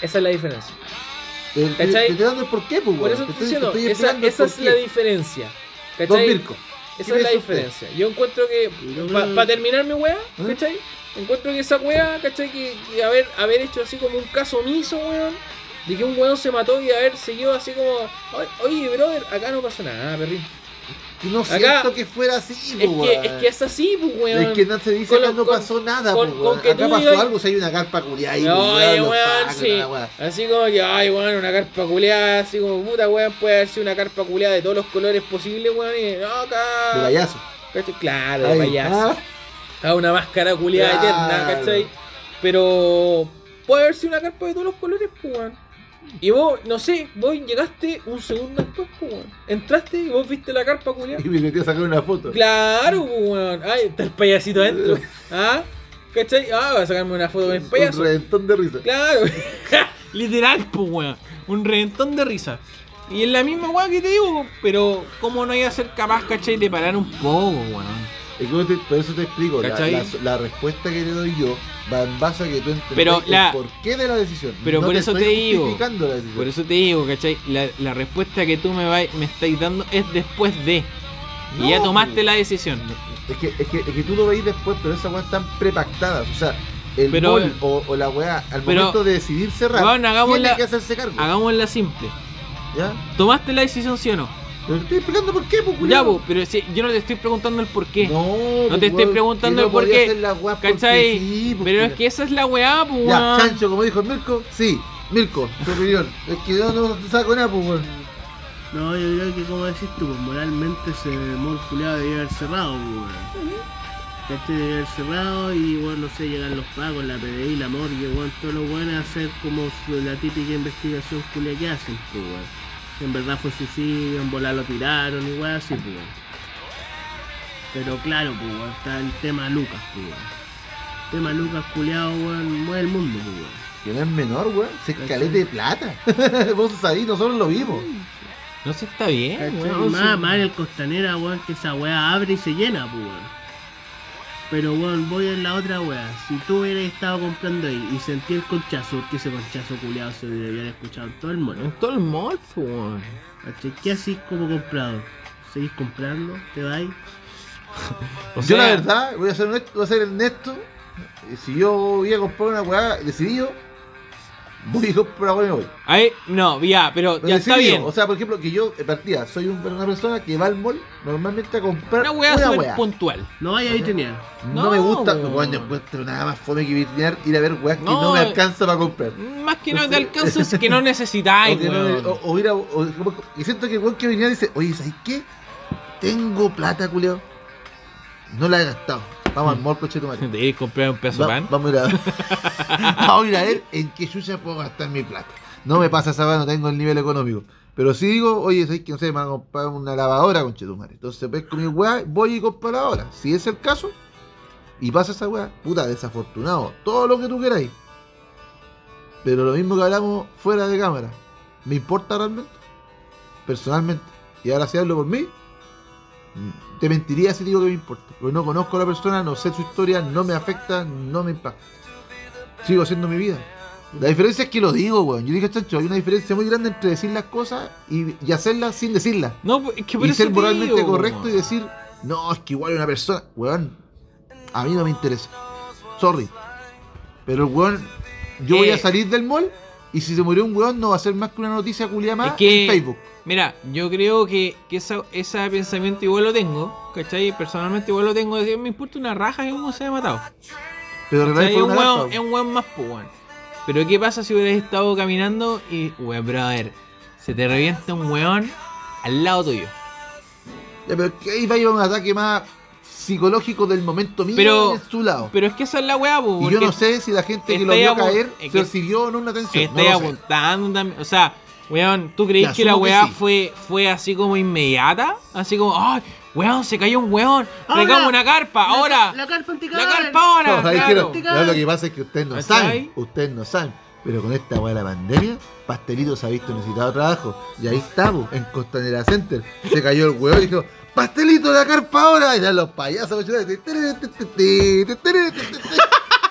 Esa es la diferencia.
Te, te-
¿Cachai?
te estoy dando el por qué, po,
Por
weón.
eso
Te estoy-
te estoy
te
diciendo,
estoy
esa,
explicando el
esa
por
es
qué.
la diferencia.
Dos
¿Cachai?
Mirko.
Esa es la
piensa usted?
diferencia. Yo encuentro que, para
Mm.
terminar mi weá,
¿Ah?
¿cachai? Encuentro que esa weá, ¿cachai? Que, que haber, haber hecho así como un caso omiso, weón, de que un weón se mató y haber seguido así como, "Oye, oye, brother, acá no pasa nada, perrín.
Que No
Acá-
siento que fuera así, po,
Es que,
weón.
es que es así, pues, weón.
Es que no se dice
Con
que
lo-
no
con-
pasó nada,
con-
po,
con
weón.
que
Acá
tú
pasó
digas-
algo, si hay una carpa culiada ahí, po,
Oye,
weón, los
weón,
pacos,
sí.
la weá.
Así como que, ay, weón, una carpa culeada, así como, puta, weón, puede haber sido una carpa culeada de todos los colores posibles, weón, y no, acá.
De payaso.
¿Cachai? Claro, Ah, de
Ahí,
payaso.
ah.
Ah, una máscara culiada
Claro.
eterna, ¿cachai? Pero puede haber sido una carpa de todos los colores, pues, weón. Y vos, no sé, vos llegaste un segundo después, pues, weón. Entraste y vos viste la carpa culiada.
Y me metí a sacar una foto.
Claro, pues, weón. Ay, está el payasito
[laughs]
adentro. ¿Ah? ¿Cachai? Ah, voy a sacarme una foto con el
Un
payaso.
reventón de risa.
Claro. [laughs]
Literal, pues, weón. Un reventón de risa. Y es la misma weá que te digo, pero ¿cómo no iba a ser capaz, cachai, de parar un poco, weón?
Es que vos te- por eso te explico, la,
¿Cachai?
la- la respuesta que te doy yo va en base a que tú entiendas
Pero la-
el porqué de la decisión.
pero
No
por eso
estoy
te digo.
justificando la decisión.
Por eso te digo, cachai, la, la respuesta que tú me, vai- me estáis dando es después de.
No,
y ya tomaste
pues.
la decisión.
Es que, es, que, es que tú lo veis después, pero esas weas están prepactadas. O sea, el
Pero-
mall o, o la wea, al
pero-
momento de decidir cerrar,
Weón, hagamos
tiene
la-
que hacerse cargo.
Hagámosla simple.
¿Ya?
¿Tomaste la decisión, sí o no?
Pero te estoy explicando por qué, pues,
Ya,
culiao.
po, pero si, yo no te estoy preguntando el por qué.
No,
No te estoy preguntando el por qué, ¿cachai? pero es que esa es la weá, pues,
pues, Ya,
weón.
Chancho, como dijo el Mirko, sí, Mirko, tu opinión. Es que yo no te saco nada, pues, weón.
No, yo creo que como decís tú, pues moralmente ese mall culiado debía haber cerrado, pues, weón. Este debía haber cerrado y bueno, no sé, llegan los pagos, la PDI, la morgue, weón, todos los weones a hacer como su- la típica investigación culia que hacen, pues weón. Si en verdad fue suicidio, en volar lo tiraron y weón así, pues weón. Pero claro, pues weón, está el tema Lucas, pues weón. Tema Lucas culiado, weón, mueve el mundo, pues weón.
Que no es menor, weón. Se
¿Cachai?
calete de plata. [laughs] Vos sabés, nosotros lo vimos.
No sé, está bien,
¿Cachai?
weón.
Más, más en el Costanera, weón, que esa weá abre y se llena, pues, weón. Pero, weón, voy en la otra weá. Si tú hubieras estado comprando ahí y sentí el conchazo, porque ese conchazo culiado se debió haber escuchado en todo el
En
mundo.
todo el mall, pues, weón.
¿Cachai? ¿Qué haces como comprador? ¿Seguís comprando? ¿Te vas?
O
yo
sea,
la verdad, voy a ser honesto, voy a ser honesto. eh, Si yo voy a comprar una weá decidido, voy a comprar una weá y me voy.
Ahí, no, ya, pero
Pero
ya está
decidido,
bien.
O sea, por ejemplo, que yo eh, partida, soy un- una persona que va al mall normalmente a comprar
una weá
una
súper
weá.
puntual.
No vayas a vitrinear.
No,
No,
me gusta,
weón.
weón, yo encuentro nada más fome que vitrinear, ir a ver weas que no,
No,
me
eh,
alcanza para comprar.
Más que no te alcanzas que
[laughs]
no necesitáis,
o, que no-
weón.
o- o ir a. o- como- y siento que el weón que venía dice, oye, ¿sabes qué? Tengo plata, culiao. No la he gastado.
Hmm.
Vamos al mall,
[laughs]
coche tu madre.
Te ir a comprar un pedazo de
Va- [laughs]
pan.
vamos a ir a. vamos a ir a ver en qué chucha puedo gastar mi plata. No me pasa esa weá, no tengo el nivel económico. Pero sí digo, oye, ¿sabes que no sé? Me van a comprar una lavadora con Chetumare. Entonces pesco mi weá, voy y compro la lavadora. Si es el caso, y pasa esa weá, puta, desafortunado. Todo lo que tú queráis. Pero lo mismo que hablamos fuera de cámara. ¿Me importa realmente? Personalmente. Y ahora si hablo por mí, mm, te mentiría si digo que me importa. Porque no conozco a la persona, no sé su historia, no me afecta, no me impacta. Sigo haciendo mi vida. La diferencia es que lo digo, weón. Yo dije, chancho, hay una diferencia muy grande entre decir las cosas y, y hacerlas sin decirlas.
No, pues, es que por
Y
eso
ser
te
moralmente
digo,
correcto y
weón.
decir, no, es que igual es una persona. Weón, a mí no me interesa. Sorry. Pero weón, yo voy
Eh.
a salir del mall y si se murió un weón no va a ser más que una noticia culia más
Es que-
en Facebook.
Mira, yo creo que, que esa- ese pensamiento igual lo tengo, ¿cachai? Personalmente igual lo tengo, de decir, me importa una raja que uno se haya matado.
Pero
O sea,
realmente
es,
fue
un
una lata,
weón,
weón.
es un weón más, po, weón. Pero ¿qué pasa si hubieras estado caminando y, weón, bro, a ver, se te revienta un weón al lado tuyo?
Ya, pero que ahí va a ir un ataque más psicológico del momento mismo
Pero-
de su lado.
Pero es que esa es la weá, po,
y yo
porque
no sé si la gente que lo
estoy
vio
apu-
caer
es
se
que-
recibió o no una atención.
estoy
no lo sé.
apuntando también. O sea, weón, ¿tú crees
Te
que la
asumo que
weá
sí.
fue, fue así como inmediata? Así como, ¡ay, weón, se cayó un weón!
Ah,
Ahora,
¡Regamos una carpa!
La-
¡Ahora!
La carpa
¡La
anticadáver.
carpa ahora!
No, ¿sabes qué?
claro.
No, no, lo que pasa es que ustedes no
¿Cachai?
saben, ustedes no saben, pero con esta weá de la pandemia, Pastelito se ha visto necesitado trabajo. Y ahí estamos, en Costanera Center. Se cayó el huevo y dijo, Pastelito, la carpa ahora. Y ya los payasos,
[laughs]
Y para
Tirando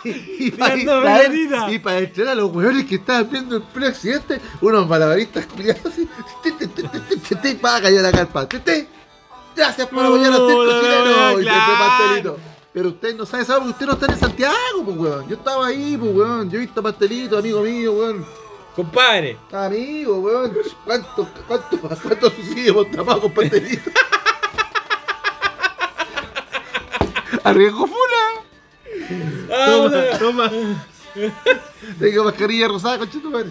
distraer-
bailarina.
y para distraer a los hueones que estaban viendo el presidente, unos malabaristas culiados así, ti, ti, ti, ti, ti, ti, para cayó la carpa. ti, ti. Gracias por apoyar a
Uh,
Circo
la wea,
Chileno. Y se fue
claro.
Pastelito. Pero usted no sabe, sabe porque usted no está en Santiago, pues weón. Yo estaba ahí, pues weón. Yo he visto a pastelito, amigo mío, weón.
Compadre,
Amigo, weón. ¿Cuánto, cuánto, cuánto suicidio hemos tapado con
[laughs]
pastelito? Arriesgo funa.
¿eh?
Toma, toma.
Tengo mascarilla rosada, conchito, madre.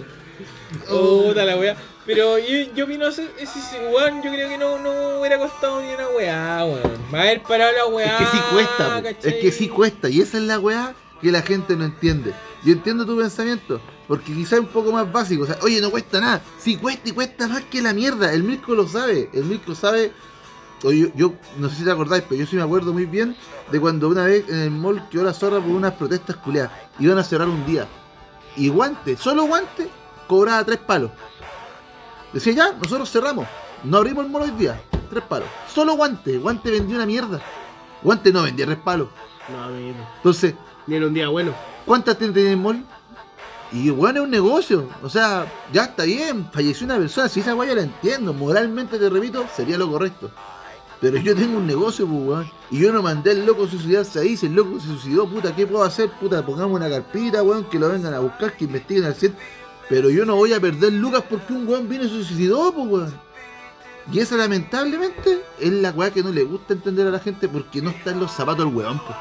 puta la weá. Pero yo, yo opino ese, ese, ese weón, yo creo que no, no hubiera costado ni una weá, weón. Va a haber parado la
Es
weá.
que sí cuesta, po. es que sí cuesta, y esa es la weá que la gente no entiende. Yo entiendo tu pensamiento, porque quizás es un poco más básico, o sea, oye, no cuesta nada, sí cuesta y cuesta más que la mierda, el Mirko lo sabe, el Mirko sabe, oye, yo, yo no sé si te acordáis, pero yo sí me acuerdo muy bien de cuando una vez en el mall quedó la zorra por unas protestas culeadas, iban a cerrar un día, y guante, solo guante, cobraba tres palos. Decía ya, nosotros cerramos, no abrimos el mall hoy día, tres palos, solo guante, guante vendió una mierda. Guante no vendía tres palos.
No, amigo.
Entonces,
Ni era un día bueno.
¿cuántas tiendas tiene el mall? Y bueno, es un negocio. O sea, ya está bien, falleció una persona. Si esa guaya la entiendo, moralmente te repito, sería lo correcto. Pero yo tengo un negocio, pues, weón. Y yo no mandé al loco a suicidarse ahí. Si el loco se suicidó, puta, ¿qué puedo hacer? Puta, pongamos una carpita, weón, que lo vengan a buscar, que investiguen al 100. Pero yo no voy a perder lucas porque un weón vino y se suicidó, pues, weón. Y esa, lamentablemente, es la weá que no le gusta entender a la gente porque no está en los zapatos el weón, pues.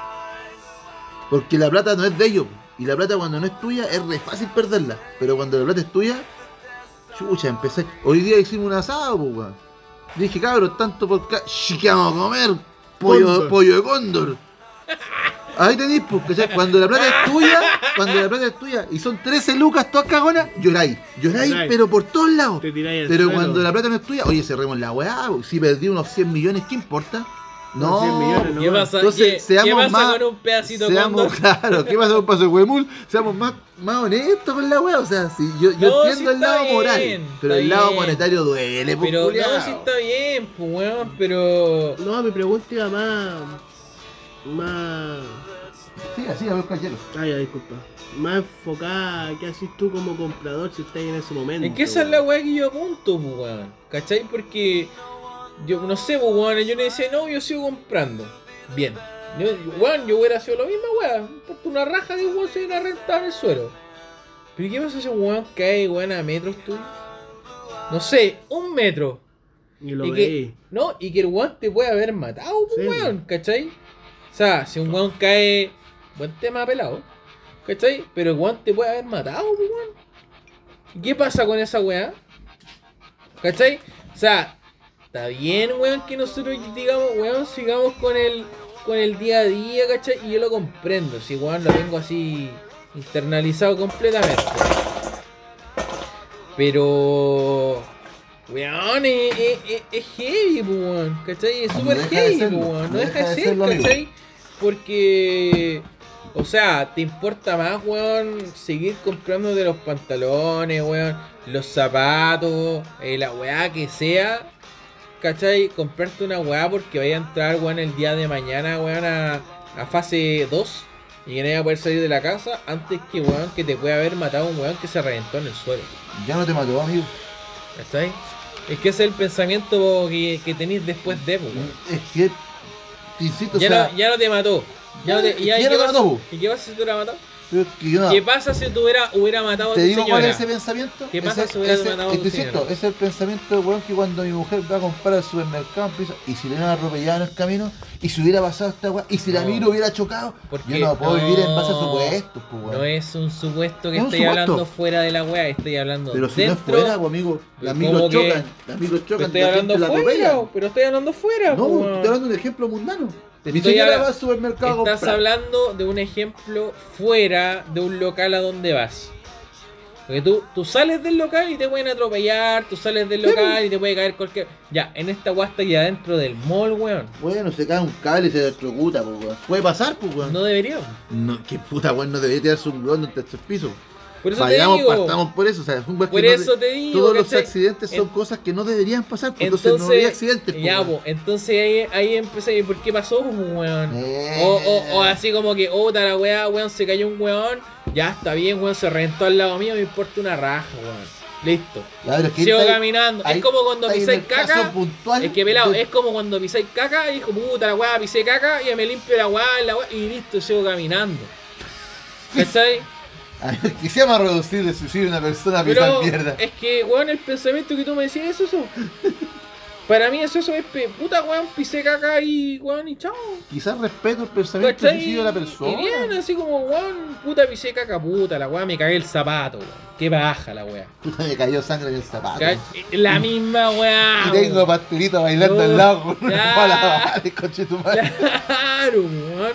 Porque la plata no es de ellos. Y la plata cuando no es tuya es re fácil perderla. Pero cuando la plata es tuya, chucha, empecé. Hoy día hicimos un asado, pues, weón. Dije, cabros, tanto por ca... "Shi, ¿Qué vamos a comer? Pollo,
Cóndor.
pollo de cóndor. Ahí tenéis, pues, ¿cachai? Cuando la plata es tuya, cuando la plata es tuya y son 13 lucas todas cagonas, lloráis. Lloráis,
Lloráis.
pero por todos lados.
Te tiráis al
Pero
suelo.
cuando la plata no es tuya, oye, cerremos la weá. po. Si perdí unos 100 millones, ¿qué importa? No,
100 millones, no
¿Qué
más.
pasa,
Entonces,
qué-
seamos
qué pasa
más-
con un pedacito
[laughs]
de
Seamos, claro, ¿qué pasa con Paso de Huemul? Seamos más, más honestos con la weá. O sea, si yo, yo
No,
entiendo
sí
el
está
lado moral,
bien,
pero
está
el lado
bien.
monetario duele, pues,
Pero
culiao.
no, sí está bien, pues weón, pero.
No, mi pregunta iba más. Más.
Sí, así, a ver, cachero.
Ay, ay, Ah, disculpa. Más enfocada a qué haces tú como comprador si estás en ese momento.
Es que esa es la
weón.
weá que yo apunto, pues weón. ¿Cachai? Porque. Yo no sé, pues weón, yo le decía, no, yo sigo comprando. Bien. Yo, weón, yo hubiera sido la misma weá. Me importa una raja que weón se hubiera rentado en el suelo. Pero ¿qué pasa si un weón cae, weón, a metros tú? No sé, un metro.
Y lo
y que-
veí.
¿No? Y que el weón te puede haber matado, pues,
Sí,
weón, ¿cachai? O sea, si un weón cae. Buen tema pelado, ¿cachai? Pero el weón te puede haber matado, pues, weón. ¿Y qué pasa con esa weá? ¿cachai? O sea, está bien, weón, que nosotros digamos, weón, sigamos con el. Con el día a día, ¿cachai? Y yo lo comprendo, si weón lo tengo así internalizado completamente. Pero. Weón, es, es- es- es heavy, po, weón. ¿Cachai? Es
No
súper
deja de
heavy, po,
serlo,
weón. No deja de ser,
serlo, amigo.
¿cachai? Porque. O sea, te importa más, weón, seguir comprándote los pantalones, weón, los zapatos, eh, la weá que sea. ¿Cachai? Comprarte una weá porque vaya a entrar, weón, el día de mañana, weón, a, a fase 2 y que no vaya a poder salir de la casa antes que, weón, que te pueda haber matado un weón que se reventó en el suelo.
Ya no te mató, amigo.
¿Cachai? Es que ese es el pensamiento que, que tenéis después de, po, weón.
Es que, te insisto,
Ya,
o sea,
no, ya no te mató. Ya no te, ya,
ya
¿y
no
qué
te
pasa-
mató, pues? po.
¿Y qué pasa si tú la matas?
Pero es que yo no-
¿Qué pasa si tú hubiera, hubiera matado a tu
¿Te digo cuál
señora?
es ese pensamiento?
¿Qué pasa
Ese-
si hubiera
ese-
matado a
es
tu
que es cierto,
señora?
ese es el pensamiento, weón, que cuando mi mujer va a comprar al supermercado empieza, y si le hubieran atropellado en el camino, y si hubiera pasado esta weón, y si la
No.
micro hubiera chocado,
Porque
yo no puedo vivir en base a
no,
supuestos, pues weón.
No es un supuesto que
Es un
estoy
supuesto.
hablando fuera de la weá, estoy hablando
Pero si no es
dentro.
fuera, pues, amigo, las
¿Cómo
micros
que?
chocan, las micros
pero
chocan,
estoy
la
hablando
gente la
fuera,
atropella.
pero estoy hablando fuera.
No,
po,
pues, te
weón.
estoy hablando de un ejemplo mundano.
Te
Mi
estoy
señora
habla-
va al supermercado a
Estás
comprar.
hablando de un ejemplo fuera de un local a donde vas. Porque tú, tú sales del local y te pueden atropellar, tú sales del
Sí, pues.
local y te puede caer cualquier. Ya, en esta guasta y adentro del mall, weón.
Bueno, se cae un cable y se electrocuta, pues weón. Puede pasar, pues weón.
No debería.
No, qué puta, weón, no debería tirarse un weón entre estos pisos.
Por eso
Fallamos,
te digo.
partamos por eso, o sea, es un weón que
por
no de-
eso te digo.
Todos los
¿cachai?
accidentes son
En-
cosas que no deberían pasar, pues, entonces, no había accidentes. pues,
Ya,
weón.
po, entonces ahí, ahí empecé. ¿Por qué pasó, pues, weón?
Eh.
O, o- o así como que, oh, la weá, weón, se cayó un weón. Ya está bien, weón, se reventó al lado mío, me importa una raja, weón. Listo.
Ya, pero es que
Sigo
está-
caminando.
ahí
es como cuando
está ahí en
pisáis
el caso
caca.
puntual
Es que pelado,
de-
es como cuando pisáis caca y dijo, puta la weá, pisé caca, y me limpio la weá, la weá, y listo, sigo caminando. ¿Cachai?
A ver, Quisiéramos reducir el suicidio de una persona [laughs] a pisar
Pero
mierda.
es que, weón, el pensamiento que tú me decías es eso. [laughs] Para mí es eso, es pe- puta weón, pisé caca y weón, y chao.
Quizás respeto el pensamiento
¿Cachai?
suicidio de la persona.
Y bien, así como, weón, puta pisé caca, puta, la weá, me cagué el zapato, weón. Qué baja la weá.
Puta, me cayó sangre en el zapato.
Ca- La misma
Ah,
weá.
Y tengo a
weón.
pasturita bailando
No,
al lado con una [laughs]
ya.
pala vale, coche tu madre.
Claro, weón.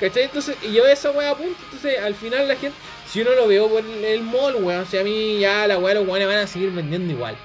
¿Cachai? Entonces, y yo esa weá a punto. Entonces, al final la gente, si uno lo veo por el, el mall, weón, o sea, a mí ya la weá, los weones van a seguir vendiendo igual.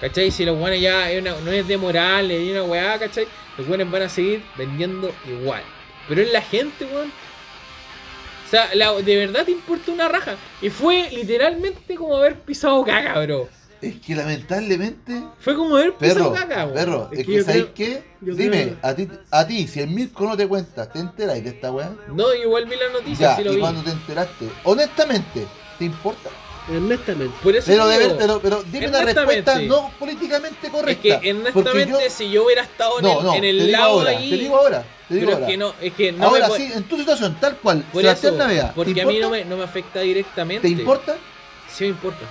¿Cachai? Si los weones ya es una- no es de moral, ni una weá, ¿cachai? Los weones van a seguir vendiendo igual. Pero es la gente, weón. O sea, la- de verdad te importa una raja. Y fue literalmente como haber pisado caca, bro.
Es que lamentablemente,
Fue como haber pisado
perro,
caca, weón.
perro,
Es
es,
que
que
yo
¿sabes
creo-
qué?
yo
Dime,
creo-
a ti, a ti, si el Mirko no te cuenta, ¿te enteráis de esta weá?
No, igual vi la noticia,
Ya,
sí lo
y
vi.
cuando te enteraste, honestamente, ¿te importa?
Honestamente.
Por eso
Pero
te
de
digo.
ver, pero, pero dime una
Honestamente.
respuesta no políticamente
Es
correcta.
que
porque
honestamente,
yo-
si yo hubiera estado en
no,
el,
no,
en
te
el
digo
lado
ahora,
de ahí.
te digo ahora, te digo
pero
ahora.
es que no, es que no
ahora
me puede-
sí, en tu situación tal cual,
por
Sebastián
eso,
Navea, ¿te
porque a
importa?
mí no me, no me afecta directamente.
¿Te importa?
Sí me importa.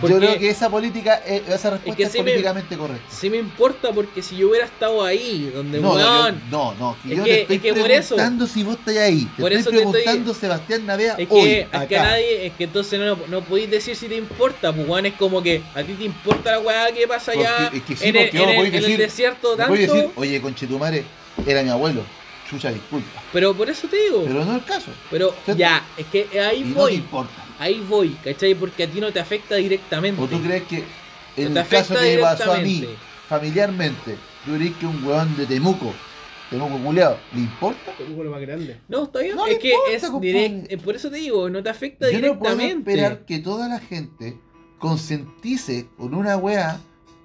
Porque
Yo creo que esa política, eh, esa respuesta es,
que sí me-
políticamente correcta.
sí me importa porque si yo hubiera estado ahí, donde
No, no, yo-
weón,
no, no, que
Es
yo
que-
te estoy
es que por eso-
preguntando si vos estás ahí. Te
por
estoy
eso te estoy-
preguntando Sebastián Navea
Es que,
hoy,
es
acá.
que a nadie, es que entonces no, no podéis decir si te importa, pues weón, es como que a ti te importa la weá que pasa
Porque-
allá
es que sí,
en, el,
porque vos
en el-
podéis
en el
decir-
desierto
Me
tanto,
voy a decir, oye, conchetumare, era mi abuelo. Chucha, disculpa.
pero por eso te digo,
Pero no es el caso.
pero,
¿cierto?
ya, es que Oh. ahí
Y no te
voy,
importa.
Ahí voy, ¿cachai? Porque a ti no te afecta directamente.
¿O tú crees que en
Te
el caso
afecta
que me pasó a mí,
directamente.
familiarmente, tú crees que un weón de Temuco, Temuco culeado, ¿le importa?
Temuco lo más grande.
No, está bien.
No le
es que
importa,
es
compadre.
directo. Por eso te digo, no te afecta
Yo no puedo
directamente.
esperar que toda la gente consentice con una weá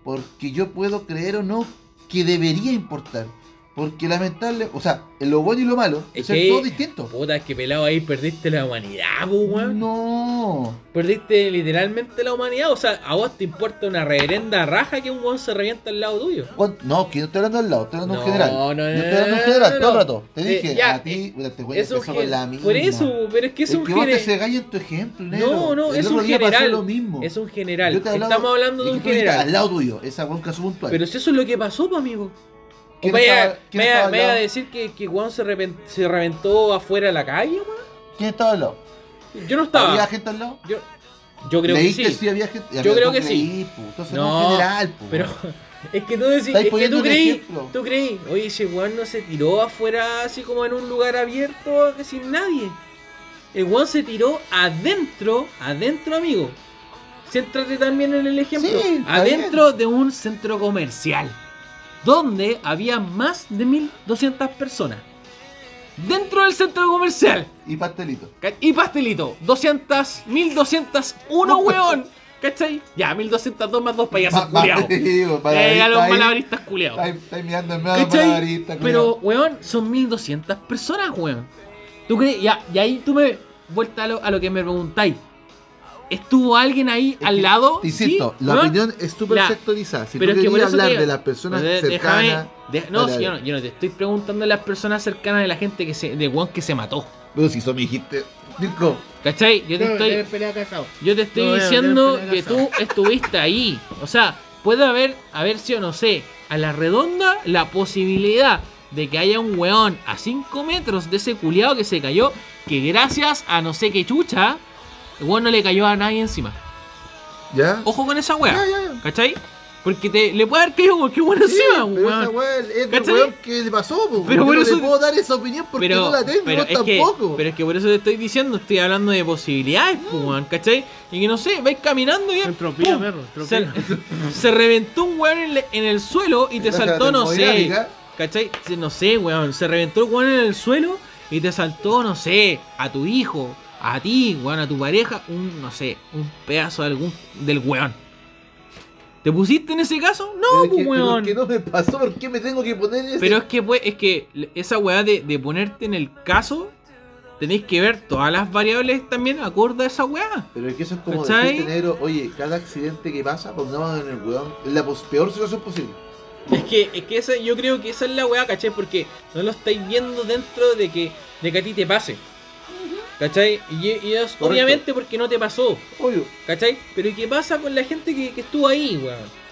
porque yo puedo creer o no que debería importar. Porque lamentable, o sea, en lo bueno y lo malo,
Es
es
que-
todo distinto.
Puta, es que pelado ahí perdiste la humanidad, po, weón.
No.
Perdiste literalmente la humanidad. O sea, a vos te importa una reverenda raja que un weón se revienta al lado tuyo.
¿Cuán- No, que no estoy hablando al lado, estoy hablando en general.
No, no,
Yo estoy
no,
hablando en
no,
general
no,
todo el
no.
rato. Te
Eh,
dije,
ya,
a ti, puta, este güey
Es un
empezó con
gen-
la misma.
Por eso, pero es que es,
Es
un
que vos te
general.
cegáis en tu ejemplo,
No,
negro.
no,
El
es
otro
un
día pasó
general.
lo mismo.
Es un general.
Yo te he hablado-
Estamos hablando
Y
de
que
un
tú dijiste,
general.
Al lado tuyo, esa fue un caso puntual.
Pero si eso es lo que pasó, pues, amigo.
¿Quién
me
estaba-
iba
quién estaba al
me iba a
lado?
decir que, que Juan se, reven- se reventó afuera de la calle, weón.
¿Quién estaba al lado?
Yo
¿Había
no estaba.
gente al lado?
Yo, yo creo que
¿Leíste
sí.
si había gente?
Yo creo que sí.
Entonces
No,
no es general, po.
Pero es que tú decís,
Estáis
es que
poniendo
tú
un
creí,
ejemplo.
tú creí. Oye, ese Juan no se tiró afuera así como en un lugar abierto que sin nadie. el weón se tiró adentro, adentro, amigo. Céntrate también en el ejemplo.
Sí, está
adentro de un centro comercial, donde había más de 1200 personas. Dentro del centro comercial.
Y pastelito.
Ca- Y pastelito, 200,
[laughs]
1201, weón. ¿Cachai? Ya, 1202 más 2 payasos
Pa- pa- [laughs]
culiados.
digo,
Eh,
palabrita
a los
ahí.
malabaristas culiados.
Estáis estáis mirando en medio de
¿Cachai?
palabrita, culiao.
Pero, weón, son 1200 personas, weón. ¿Tú crees? Ya, y ahí tú me. Vuelta a lo, a lo que me preguntáis. ¿Estuvo alguien ahí
Es
al
que,
lado?
Te insisto,
Sí,
la
weón.
opinión es súper
Ya.
sectorizada. Si
Pero
tú
es que por
querías
eso te
hablar
digo.
de las personas
Pero de-
cercanas.
déjame- de- no,
dale,
si yo no,
dale.
yo no te estoy preguntando de las personas cercanas de la gente que se. de weón que se mató.
Pero si son dijiste. Dirko,
¿Cachai? Yo te
No,
estoy.
debe pelear casado.
Yo te estoy
No, no,
diciendo
no, no, no, no, no.
que tú estuviste ahí. O sea, puede haber, a ver si o no sé, a la redonda la posibilidad de que haya un weón a 5 metros de ese culiado que se cayó, que gracias a no sé qué chucha, el weón no le cayó a nadie encima.
¿ya?
Ojo con esa
Ya,
weá,
ya, ya.
¿cachai? Porque te, le puede haber caído cualquier weón
Sí,
encima,
pero esa
weón.
weá es del
¿Cachai?
weón que le pasó, po.
Pero
Yo
por
no
eso-
le puedo dar esa opinión porque no la tengo,
pero
vos
es que-
tampoco.
pero es que por eso te estoy diciendo, estoy hablando de posibilidades, pues, weón, ¿cachai? Y que no sé, vais caminando y
Entropía,
¡pum!
perro.
Se,
Entropía.
[laughs] se reventó un weón en, le- en el suelo
[laughs]
y te
Gracias a la
saltó, no sé.
termodinámica.
¿Cachai? Se- No sé, weón. Se reventó el weón en el suelo y te saltó, no sé, a tu hijo, a ti, weón, a tu pareja, un, no sé, un pedazo de algún, del weón. ¿Te pusiste en ese caso? No,
Pero es
pues,
que- pero
weón.
es que no me pasó, ¿por qué me tengo que poner en ese
Pero es que, pues, es que l- esa weá de, de ponerte en el caso, tenéis que ver todas las variables también acorde a esa weá.
Pero es que eso es como
¿Cachai?
decirte, negro, oye, cada accidente que pasa, pongamos en el weón, en la pos- peor situación posible.
Es que, es que esa, yo creo que esa es la weá, ¿cachai? Porque no lo estáis viendo dentro de que, de que a ti te pase. ¿Cachai? Y, y es
Correcto.
obviamente porque no te pasó,
Obvio.
¿cachai? Pero ¿y qué pasa con la gente que, que estuvo ahí, weón?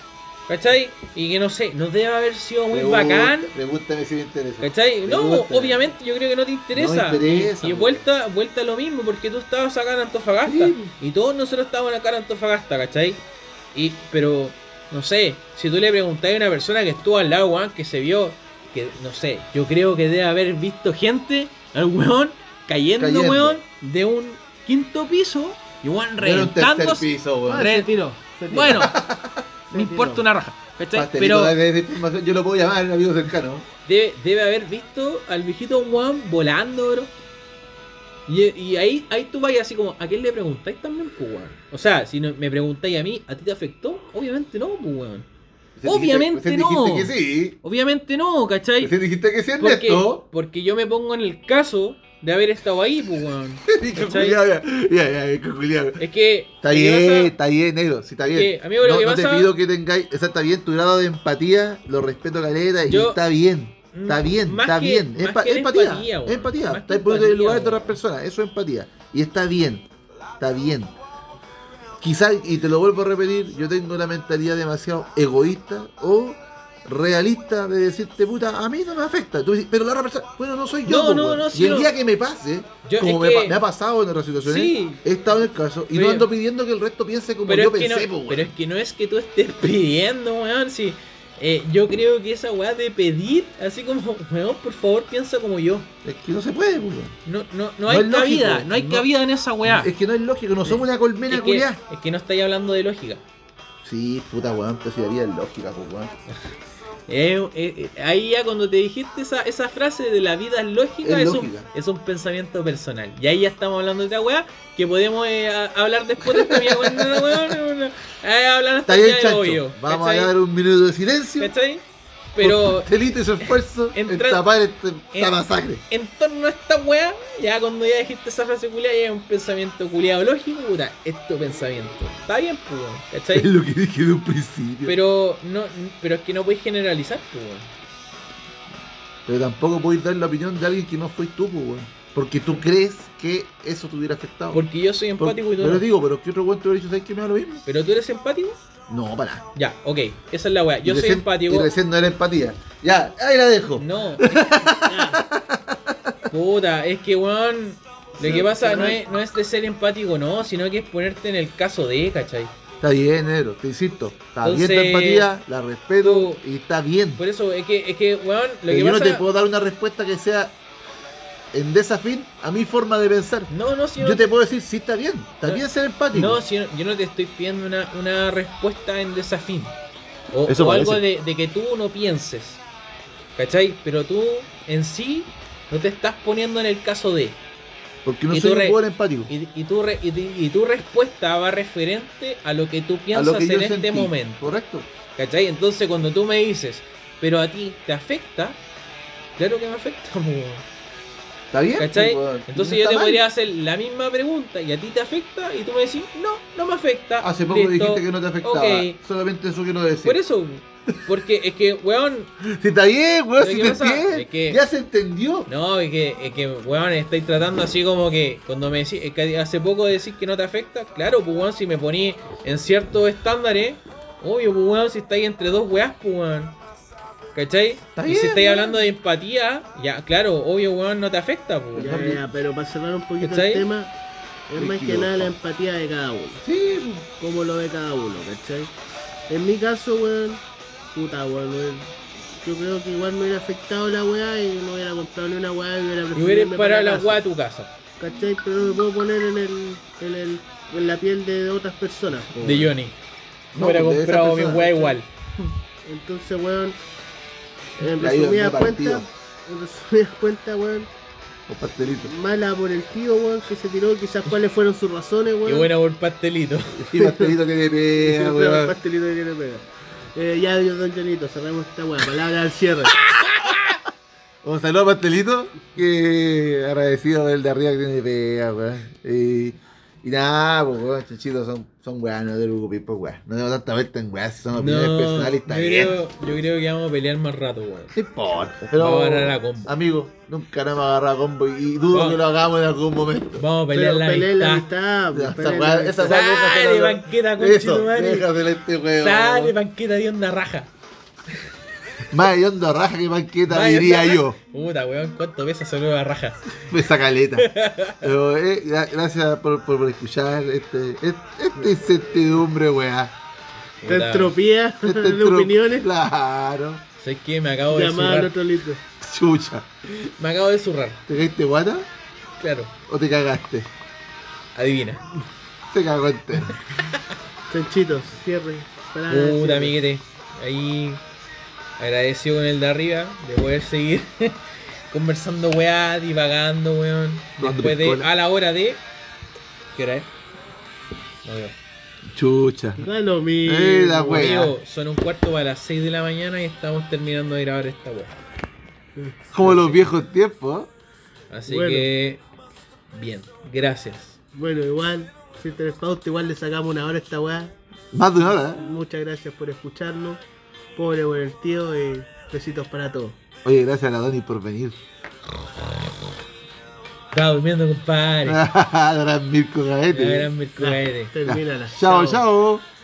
¿Cachai? Y que no sé, no debe haber sido muy
Pregunta-
bacán.
Pregúntame si me interesa.
¿Cachai? No,
Pregúntame.
obviamente yo creo que no te interesa.
No me interesa,
y
weón.
vuelta, vuelta a lo mismo, porque tú estabas acá en Antofagasta.
Sí.
Y todos nosotros estábamos acá en Antofagasta, ¿cachai? Y, pero, no sé, si tú le preguntáis a una persona que estuvo al lado, weón, que se vio, que, no sé, yo creo que debe haber visto gente, al weón, cayendo,
Cayendo.
weón, de un quinto piso, y weón
No era un tercer
reventándose.
piso, weón.
Re-
Se tiró. se tiró. [laughs]
Bueno,
Se
me
tiró.
importa una raja, ¿cachai?
Pastelito,
Pero
dale esa información, yo lo puedo llamar a un amigo cercano.
debe, debe haber visto al viejito weón volando, bro. Y, y ahí, ahí tú vas así como, ¿a quién le preguntáis también, pues, weón? O sea, si no- me preguntáis a mí, ¿a ti te afectó? Obviamente no, pues, weón.
Recién dijiste-
Obviamente
recién
no.
dijiste que sí.
Obviamente no, ¿cachai?
Recién dijiste que sí,
Porque,
Ernesto. [laughs]
porque yo me pongo en el caso de haber estado ahí, pues, weón.
Dijo
¿Cachai?
Julián, ya, ya, ya, dijo Julián.
Es que.
Está
lo que
bien,
pasa-
está bien, negro, sí, está bien.
que, amigo, lo
no
que
no te
pasa-
pido que tengáis, o sea, está bien tu grado de empatía, lo respeto caleta, y
Yo-
está bien,
Mm,
está bien,
más
está
que-
bien.
más
Es pa-
que la
empatía,
empatía, weón.
es empatía,
Más que
está poniendo en el
empatía,
lugar de otras
weón.
personas, eso es empatía, y está bien, está bien. Quizás, y te lo vuelvo a repetir, yo tengo una mentalidad demasiado egoísta o realista de decirte, puta, a mí no me afecta, Tú decís, pero la otra persona, bueno, no soy yo.
No,
po,
no,
weón".
no, sí,
y el
no.
día que me pase,
Yo-
como
es
me, pa-
que-
me ha pasado en otras situaciones,
Sí.
he estado en el caso, y
Pero-
no ando pidiendo que el resto piense como
pero,
pues yo
es que
pensé, po,
no,
weón.
pero es que no es que tú estés [laughs] pidiendo, weón. Si, eh, yo creo que esa weá de pedir, así como, [laughs] weón, por favor, piensa como yo.
Es que no se puede, pues, weón.
No, no, no
No
hay
es lógico,
cabida, no hay
no-
cabida en esa weá.
Es que no es lógico, no somos una colmena
Es que,
culiá.
es que no estáis hablando de lógica.
Sí, puta weón, pero si la vida es lógica, pues weón.
Eh, eh, eh, ahí ya cuando te dijiste esa, esa frase de la vida es lógica,
Es
es, un,
lógica.
es un pensamiento personal. Y ahí ya estamos hablando de otra weá que podemos eh, a- hablar después de esta mierda, weón, no, weón, no, no. Eh, hablar
Está
hasta el
bien,
día del hoyo,
chancho. Vamos a
¿cachai?
dar un minuto de silencio.
¿Cachai?
[laughs]
Pero
Celito y su esfuerzo en
Entra-
tapar este- esta
en-
masacre.
en torno a esta weá, ya cuando ya dijiste esa frase culiada, ya es un pensamiento culiado lógico, puta, esto pensamiento. Está bien, pues, weón,
Es
¿cachai?
lo que dije de un principio. Pero,
Pero, no, pero es que no podéis generalizar, pues, weón.
tampoco podéis dar la opinión de alguien que no fue tú, pues weón. Porque tú crees que eso te hubiera afectado.
Porque yo soy
Por-
empático y tú
pero
no.
digo, pero ¿qué otro weón te hubiera dicho? ¿Sabes que me da lo mismo?
¿Pero tú eres empático?
No, para.
Ya, ok, esa es la weá. Yo
Y
soy
recién- Y
empático.
recién no era empatía. Ya, ahí la dejo.
No. es- ya. Puta, es que weón. Lo que pasa no es, no es de ser empático, no, sino que es ponerte en el caso de, ¿cachai?
Está bien, negro, te insisto. Está bien tu
Entonces,
empatía, la respeto
tú-
y está bien.
Por eso es que, es que weón, lo
Pero
que
yo
pasa.
no te puedo dar una respuesta que sea en desafín a mi forma de pensar.
No, no, si yo
Yo
no
te puedo decir, sí está bien, está bien ser empático.
No, si yo, yo no te estoy pidiendo una, una respuesta en desafío. O,
Eso
o
parece.
algo de, de que tú no pienses. ¿Cachai? Pero tú en sí no te estás poniendo en el caso de.
porque no
y
soy
tú
un
re-
jugador empático.
Y, y tu re- y, y tu respuesta va referente a lo que tú
A
piensas
lo que yo
en
sentí.
este momento.
Correcto.
¿Cachai? Entonces cuando tú me dices, pero a ti te afecta, claro que me afecta. [laughs] po.
¿Está bien?
¿Cachai?
pues, weón.
Entonces
No
yo
está
te
mal.
podría hacer la misma pregunta y a ti te afecta y tú me decís, no, no me afecta.
Hace poco
listo".
dijiste que no te afectaba.
ok.
Solamente eso quiero decir.
Por eso, porque es que, weón,
Si está bien, weón,
¿Pero
si
qué
te
pasa?
entiendes.
Es que-
Ya se entendió.
no, es que, es que, weón, estáis tratando así como que cuando me decís, es que hace poco decís que no te afecta, claro, pues weón, si me poní en ciertos estándares, obvio, pues weón, si estáis entre dos weás, pues weón. ¿Cachai?
Está
y
bien,
si estáis
weón.
hablando de empatía, ya, claro, obvio, weón, no te afecta, pues.
Ya, ya, pero para cerrar un poquito
¿Cachai?
el tema, es más que
Líquido.
nada la empatía de cada uno.
Sí,
Cómo lo ve cada uno, ¿cachai? En mi caso, weón, puta, weón, weón, Yo creo que igual me hubiera afectado la weá y no hubiera comprado ni una weá y hubiera
Y
preferido
hubieras
irme
parado la
casa,
weá a tu casa,
¿Cachai? Pero no me puedo poner en el, en el- en la piel de otras personas. po,
de
weón.
Johnny.
No,
No, hubiera
pues, de esa
comprado mi
persona,
weá
¿cachai?
igual.
Entonces, weón, en
La iba de
resumidas
partido.
cuentas, en resumidas cuentas, weón,
o pues, pastelito.
mala por el tío, weón, que se tiró, quizás cuáles fueron sus razones,
Y
weón.
buena por pastelito.
Y pastelito que le pega,
[laughs]
Pero el
weón.
pastelito que tiene pega. Eh, ya, yo, don Jonito, cerramos esta weá. Palabra al
[laughs]
cierre.
Un saludo a pastelito. Que agradecido del de arriba que tiene pega, weón. Y, y nada, pues weón, chanchitos son, son weón, no te preocupes, pues weón. No tengo tanta vuelta en weón, si son opiniones personales,
yo,
está bien.
creo, yo creo que vamos a pelear más rato, weón.
No importa,
Vamos a
pero
agarrar a combo.
amigo, nunca nos hemos agarrado a combo y dudo
Vamos.
que lo hagamos en algún momento.
Vamos a pelear
Pero
la
peleé la
amistad.
amistad.
Ya,
peleé
Esa
la
weá,
amistad.
esa weá nunca se
Sale,
nos-
banqueta,
Eso,
conchetumare.
déjasela a este weón.
Sale, banqueta de onda raja.
Más de onda raja que banqueta,
Más de
diría
onda
yo.
Puta, weón, cuánto pesa solo la raja.
[laughs] Esa caleta. Pero, eh, gra- gracias por, por, por escuchar este, este, esta incertidumbre, weá.
Te
Puta,
entropía
Este
[laughs] de
tro-
opiniones.
Claro.
¿Sabes qué? Me acabo de
Llamada al
zurrar.
otro listo.
Chucha.
Me acabo de zurrar,
¿Te caíste guata
claro.
o te cagaste?
Adivina.
Te cagó entero.
Chanchitos, cierre. Palabra al
Puta,
cierre.
amiguete. Ahí agradecido con el de arriba de poder seguir [laughs] conversando, weá, divagando, weón.
Dando
Después de,
piscola.
a la hora de. ¿Qué hora es? No veo.
Chucha.
Da lo mismo.
Eh, la wea.
Amigo, son un cuarto para las 6 de la mañana y estamos terminando de grabar esta weá.
Como los viejos tiempos. ¿eh?
Así
Bueno.
que, bien, gracias.
Bueno, igual, si te les pauta, igual le sacamos una hora a esta weá.
¿eh? Más de una hora, ¿eh?
Muchas gracias por escucharnos. Pobre por el tío y besitos para todos.
Oye, gracias a la Dani por venir.
Estaba durmiendo, compadre.
[laughs] Gran Mirko
La
Gaete.
gran Mercury.
Termínala.
Chao, chao.